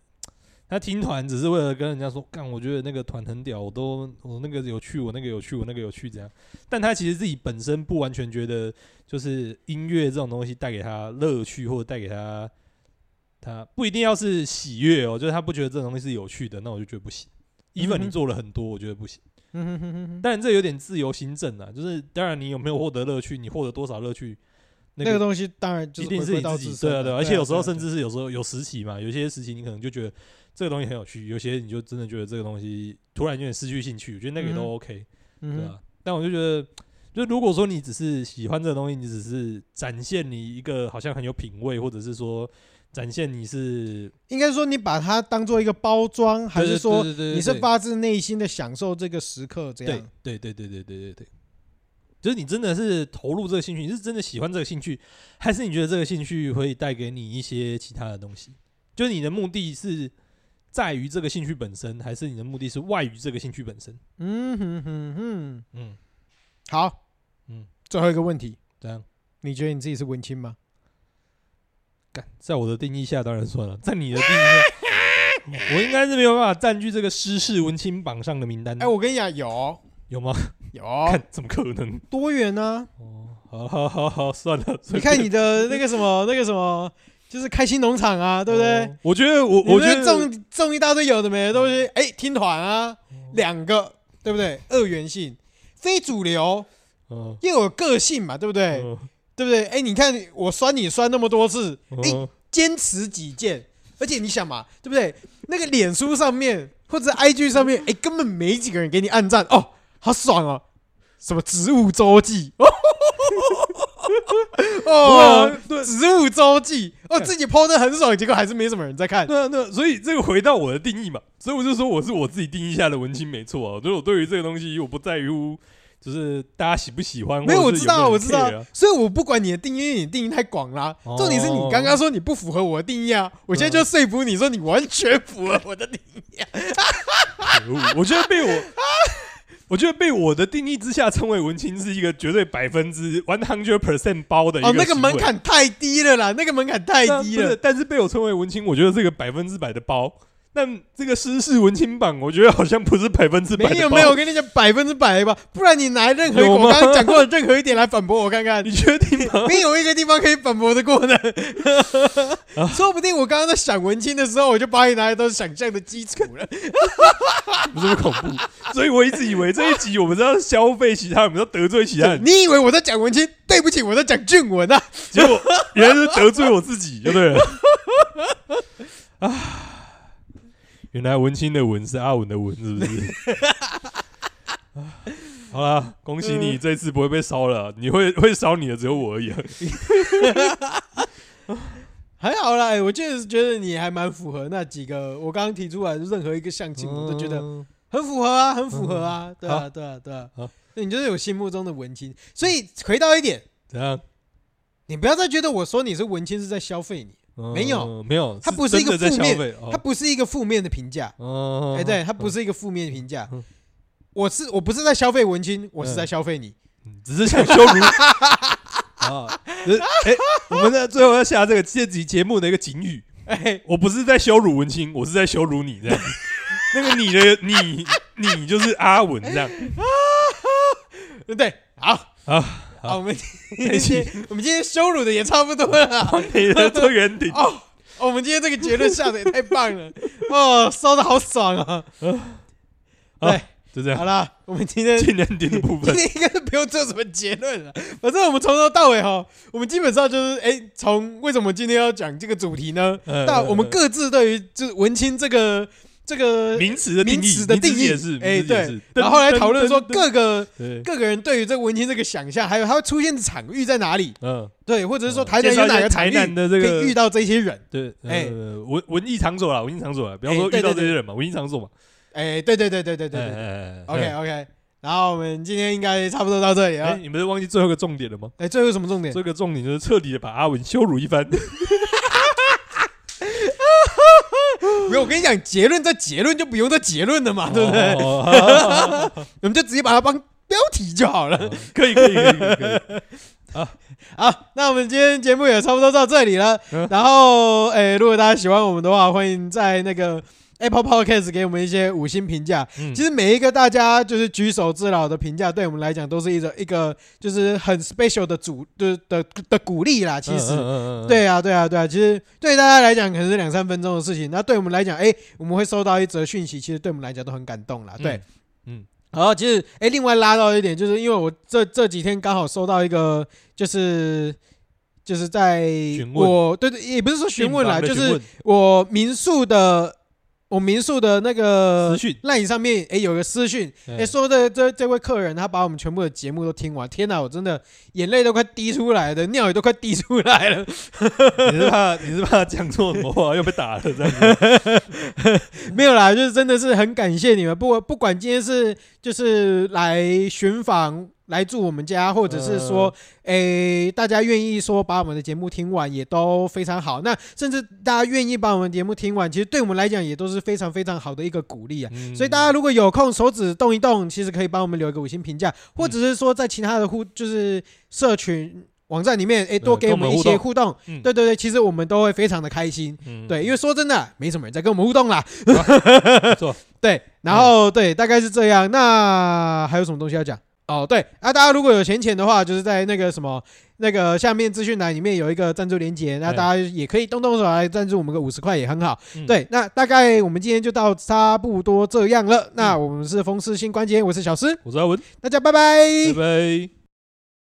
Speaker 2: 他听团只是为了跟人家说，干，我觉得那个团很屌，我都我那个有趣，我那个有趣，我那个有趣，这样。但他其实自己本身不完全觉得，就是音乐这种东西带给他乐趣，或者带给他他不一定要是喜悦哦，就是他不觉得这种东西是有趣的，那我就觉得不行。even
Speaker 1: 嗯
Speaker 2: 你
Speaker 1: 哼
Speaker 2: 做了很多，我觉得不行。
Speaker 1: 嗯哼哼哼哼，
Speaker 2: 当然这有点自由行政啊，就是当然你有没有获得乐趣，你获得多少乐趣，那
Speaker 1: 那个东西当然就
Speaker 2: 一
Speaker 1: 是
Speaker 2: 定
Speaker 1: 回
Speaker 2: 是
Speaker 1: 归
Speaker 2: 你
Speaker 1: 到
Speaker 2: 自
Speaker 1: 自
Speaker 2: 己
Speaker 1: 身
Speaker 2: 对
Speaker 1: 了
Speaker 2: 啊
Speaker 1: 对
Speaker 2: 对
Speaker 1: 啊，
Speaker 2: 啊，而且有时候
Speaker 1: 对啊
Speaker 2: 甚至是有时候有时期嘛，有些时期你可能就觉得这个东西很有趣，有些你就真的觉得这个东西突然有点失去兴趣，我觉得那个也
Speaker 1: 嗯哼
Speaker 2: 都 OK，、
Speaker 1: 嗯
Speaker 2: 对
Speaker 1: 哼
Speaker 2: 啊。但我就觉得，就如果说你只是喜欢这个东西，你只是展现你一个好像很有品味，或者是说展现你是，
Speaker 1: 应该说你把它当做一个包装，还是说你是
Speaker 2: 发
Speaker 1: 发自内心的享受这个时刻这
Speaker 2: 对
Speaker 1: 样？
Speaker 2: 对对对对对对对，就是你真的是投入这个兴趣，你是真的喜欢这个兴趣，还是你觉得这个兴趣会带给你一些其他的东西？就是你的目的是在于这个兴趣本身，还是你的目的是外于这个兴趣本身？
Speaker 1: 嗯哼哼哼，
Speaker 2: 嗯，
Speaker 1: 好，
Speaker 2: 嗯，
Speaker 1: 最后一个问题，
Speaker 2: 这样。
Speaker 1: 你觉得你自己是文青吗？
Speaker 2: 干，在我的定义下当然算了，在你的定义下，我应该是没有办法占据这个诗事文青榜上的名单的。
Speaker 1: 哎，哦我跟你讲，有
Speaker 2: 有吗？
Speaker 1: 有
Speaker 2: 嗯看怎么可能？
Speaker 1: 多远呢？
Speaker 2: 哦，好好好好，算了。
Speaker 1: 你
Speaker 2: 随
Speaker 1: 看
Speaker 2: 便
Speaker 1: 你的那个什么 那个什么，就是开心农场啊，对不对？
Speaker 2: 哦我觉得我我
Speaker 1: 你
Speaker 2: 觉
Speaker 1: 们
Speaker 2: 得嗯
Speaker 1: 种种一大堆有的没的东西，哎，听团啊，
Speaker 2: 哦
Speaker 1: 两个对不对？二元性，非主流
Speaker 2: 嗯，
Speaker 1: 又有个性嘛，对不对？
Speaker 2: 哦
Speaker 1: 对不对？哎，你看我酸你酸那么多次，
Speaker 2: 嗯，
Speaker 1: 哎
Speaker 2: 嗯
Speaker 1: 坚持己见，而且你想嘛，对不对？那个脸书上面或者 IG 上面，哎，根本没几个人给你按赞哦，好爽哦！什么植物周记？ 哦，
Speaker 2: 对
Speaker 1: 植物周记哦，自己 PO 的很爽，结果还是没什么人在看。
Speaker 2: 对啊，对啊，所以这个回到我的定义嘛，所以我就说我是我自己定义下的文青没错啊，就是我对于这个东西我不在乎，就是大家喜不喜欢，
Speaker 1: 没
Speaker 2: 有
Speaker 1: 我知道，我知
Speaker 2: 有没有人 care
Speaker 1: 道
Speaker 2: 啊，
Speaker 1: 所以我不管你的定义，因为你定义太广啦、
Speaker 2: 哦
Speaker 1: 重点是你刚刚说你不符合我的定义啊，我现在就说服你说你完全符合我的定 义。啊
Speaker 2: 可恶我觉得 被我，我觉得被我的定义之下称为文青是一个绝对百分之 one hundred percent 包的一
Speaker 1: 哦，那
Speaker 2: 个
Speaker 1: 个
Speaker 2: 行
Speaker 1: 哦门
Speaker 2: 为
Speaker 1: 槛太低了啦，那个门槛太
Speaker 2: 但
Speaker 1: 低
Speaker 2: 不是
Speaker 1: 了。
Speaker 2: 但是被我称为文青，我觉得这个百分之百的包。但这个诗事文青榜，我觉得好像不是百分之百的
Speaker 1: 没有
Speaker 2: 包
Speaker 1: 没有，我，跟你讲百分之百吧，不然你拿任何一个
Speaker 2: 有吗
Speaker 1: 我刚刚讲过的任何一点来反驳我看 看
Speaker 2: 你，确定 吗？
Speaker 1: 没有一个地方可以反驳得过 的。 说不定我刚刚在想文青的时候，我就把你拿来当想象的基础了。
Speaker 2: 不这么恐怖，所以我一直以为这一集我们是要消费其他人，我们要得罪其他人，
Speaker 1: 你以为我在讲文青？对不起，我在讲俊文啊。
Speaker 2: 结果原来是得罪我自己，就对了。啊，原来文青的文是阿文的文，是不是？啊好啦，恭喜你这次不会被烧了，你会 会烧你的只有我而已。啊
Speaker 1: 还好啦，欸我就是觉得你还蛮符合那几个我刚刚提出来的任何一个项型，我都觉得很符合啊，很符合啊，对啊，
Speaker 2: 嗯好
Speaker 1: 对啊，对啊
Speaker 2: 好，
Speaker 1: 对你就是有心目中的文青。所以回到一点，
Speaker 2: 怎样？
Speaker 1: 你不要再觉得我说你是文青是在消费你，
Speaker 2: 嗯
Speaker 1: 没有
Speaker 2: 没有，
Speaker 1: 它不是一个
Speaker 2: 真的在
Speaker 1: 负
Speaker 2: 消
Speaker 1: 面
Speaker 2: 费。
Speaker 1: 它不是一个负面的评价，
Speaker 2: 哦，
Speaker 1: 哎，对，它不
Speaker 2: 是，
Speaker 1: 是一个负面的评价
Speaker 2: 嗯。
Speaker 1: 我是我不是在消费文青，我是在消费你。
Speaker 2: 嗯只是想羞辱 啊！只是哎，我们在最后要下这个这集节目的一个警语，
Speaker 1: 哎，
Speaker 2: 我不是在羞辱文青，我是在羞辱你这样。 那个你的你你就是阿文这样，
Speaker 1: 对，好，
Speaker 2: 好
Speaker 1: 好，我们
Speaker 2: 这
Speaker 1: 今
Speaker 2: 一集
Speaker 1: 天我们今天羞辱的也差不多了啊。
Speaker 2: 你的这个人顶
Speaker 1: 哦，哦我们今天这个结论下的也太棒 了，哦，烧的好爽啊！
Speaker 2: 啊
Speaker 1: 对，
Speaker 2: 就这
Speaker 1: 好
Speaker 2: 样。
Speaker 1: 啦，我们今天今
Speaker 2: 进人顶的部分，
Speaker 1: 天应该是不用做什么结论了，反正我们从头到尾哈，我们基本上就是哎，从为什么今天要讲这个主题呢？
Speaker 2: 呃呃
Speaker 1: 到我们各自对于就是文青这个这个
Speaker 2: 名词的定义，
Speaker 1: 名词的定
Speaker 2: 名
Speaker 1: 义
Speaker 2: 词也是，
Speaker 1: 哎
Speaker 2: 名词也是
Speaker 1: 对，然后来讨论说，
Speaker 2: 噔噔噔
Speaker 1: 各个
Speaker 2: 对
Speaker 1: 各个人对于这个文青这个想象，还有它会出现的场域在哪里？
Speaker 2: 嗯，
Speaker 1: 对，或者是说
Speaker 2: 嗯
Speaker 1: 台
Speaker 2: 介
Speaker 1: 南
Speaker 2: 绍
Speaker 1: 有
Speaker 2: 一
Speaker 1: 哪
Speaker 2: 下
Speaker 1: 个场
Speaker 2: 台
Speaker 1: 域
Speaker 2: 南的这
Speaker 1: 可
Speaker 2: 个
Speaker 1: 以遇到这些人？
Speaker 2: 对，
Speaker 1: 哎
Speaker 2: 呃，文文艺场所啦，文艺场所啦，不要
Speaker 1: 哎
Speaker 2: 说
Speaker 1: 对
Speaker 2: 遇到
Speaker 1: 对
Speaker 2: 这些人嘛，文艺场所嘛，
Speaker 1: 哎，对对对对对对对。
Speaker 2: 对
Speaker 1: OK OK，然后我们今天应该差不多到这里
Speaker 2: 哎，
Speaker 1: 了。
Speaker 2: 你们是忘记最后一个重点了吗？
Speaker 1: 哎，最后有什么重点？
Speaker 2: 这个重点就是彻底的把阿文羞辱一番。
Speaker 1: 没有，我跟你讲，结论这结论就不用这结论了嘛，对不对？
Speaker 2: 哦？
Speaker 1: 我们就直接把它当标题就好了。
Speaker 2: 可以可以可以可以可以。
Speaker 1: 好，啊那我们今天节目也差不多到这里了
Speaker 2: 嗯。
Speaker 1: 然后，哎，如果大家喜欢我们的话，欢迎在那个 Apple Podcast 给我们一些五星评价。
Speaker 2: 嗯
Speaker 1: 其实每一个大家就是举手之劳的评价，对我们来讲都是一种一个就是很 special 的主的的的鼓励啦。其实，
Speaker 2: 嗯，
Speaker 1: 对啊，对啊，对啊，其实对大家来讲可能是两三分钟的事情，那对我们来讲，哎，我们会收到一则讯息，其实对我们来讲都很感动
Speaker 2: 嗯
Speaker 1: 啦。啊对，，然后其实，哎，另外拉到一点，就是因为我这这几天刚好收到一个，就是就是在
Speaker 2: 询问
Speaker 1: 我对对，也不是说询问啦，
Speaker 2: 订
Speaker 1: 就
Speaker 2: 房的询
Speaker 1: 是
Speaker 2: 问
Speaker 1: 我民宿的我民宿的那个
Speaker 2: 资讯。
Speaker 1: line 上面，哎，有个私讯，哎，
Speaker 2: 哎
Speaker 1: 说的这这位客人，他把我们全部的节目都听完，天哪，我真的眼泪都快滴出来了，尿也都快滴出来了。
Speaker 2: 你是怕你是怕讲错什么话又被打了这样子？
Speaker 1: 没有啦，就是真的是很感谢你们，不不管今天是就是来寻访。来住我们家，或者是说，诶、大家愿意说把我们的节目听完，也都非常好。那甚至大家愿意把我们节目听完，其实对我们来讲也都是非常非常好的一个鼓励啊。 所以大家
Speaker 2: 家
Speaker 1: 如果有空，手指动一动，其实可以帮我们留一个五星评价，或者是说在其他的互就是社群网站里面，诶，多
Speaker 2: 嗯
Speaker 1: 给
Speaker 2: 跟
Speaker 1: 我
Speaker 2: 我
Speaker 1: 们
Speaker 2: 们
Speaker 1: 一
Speaker 2: 互
Speaker 1: 些
Speaker 2: 动
Speaker 1: 互动。
Speaker 2: 嗯
Speaker 1: 对对对，其实我们都会非常的开心。对，因
Speaker 2: 为
Speaker 1: 为说真的，没什么人在跟我们互动啦。
Speaker 2: 啊没错，
Speaker 1: 对，然后、对，大概是这样。那还有什么东西要讲？哦，对，啊，大家如果有闲钱的话，就是在那个什么那个下面资讯栏里面有一个赞助链接，那
Speaker 2: 哎
Speaker 1: 大家也可以动动手来赞助我们个五十块也很好。
Speaker 2: 嗯
Speaker 1: 对，那大概我们今天就到差不多这样了。那我们是风湿性关节炎，我是小诗，
Speaker 2: 我是阿文，
Speaker 1: 大家拜拜
Speaker 2: 拜拜。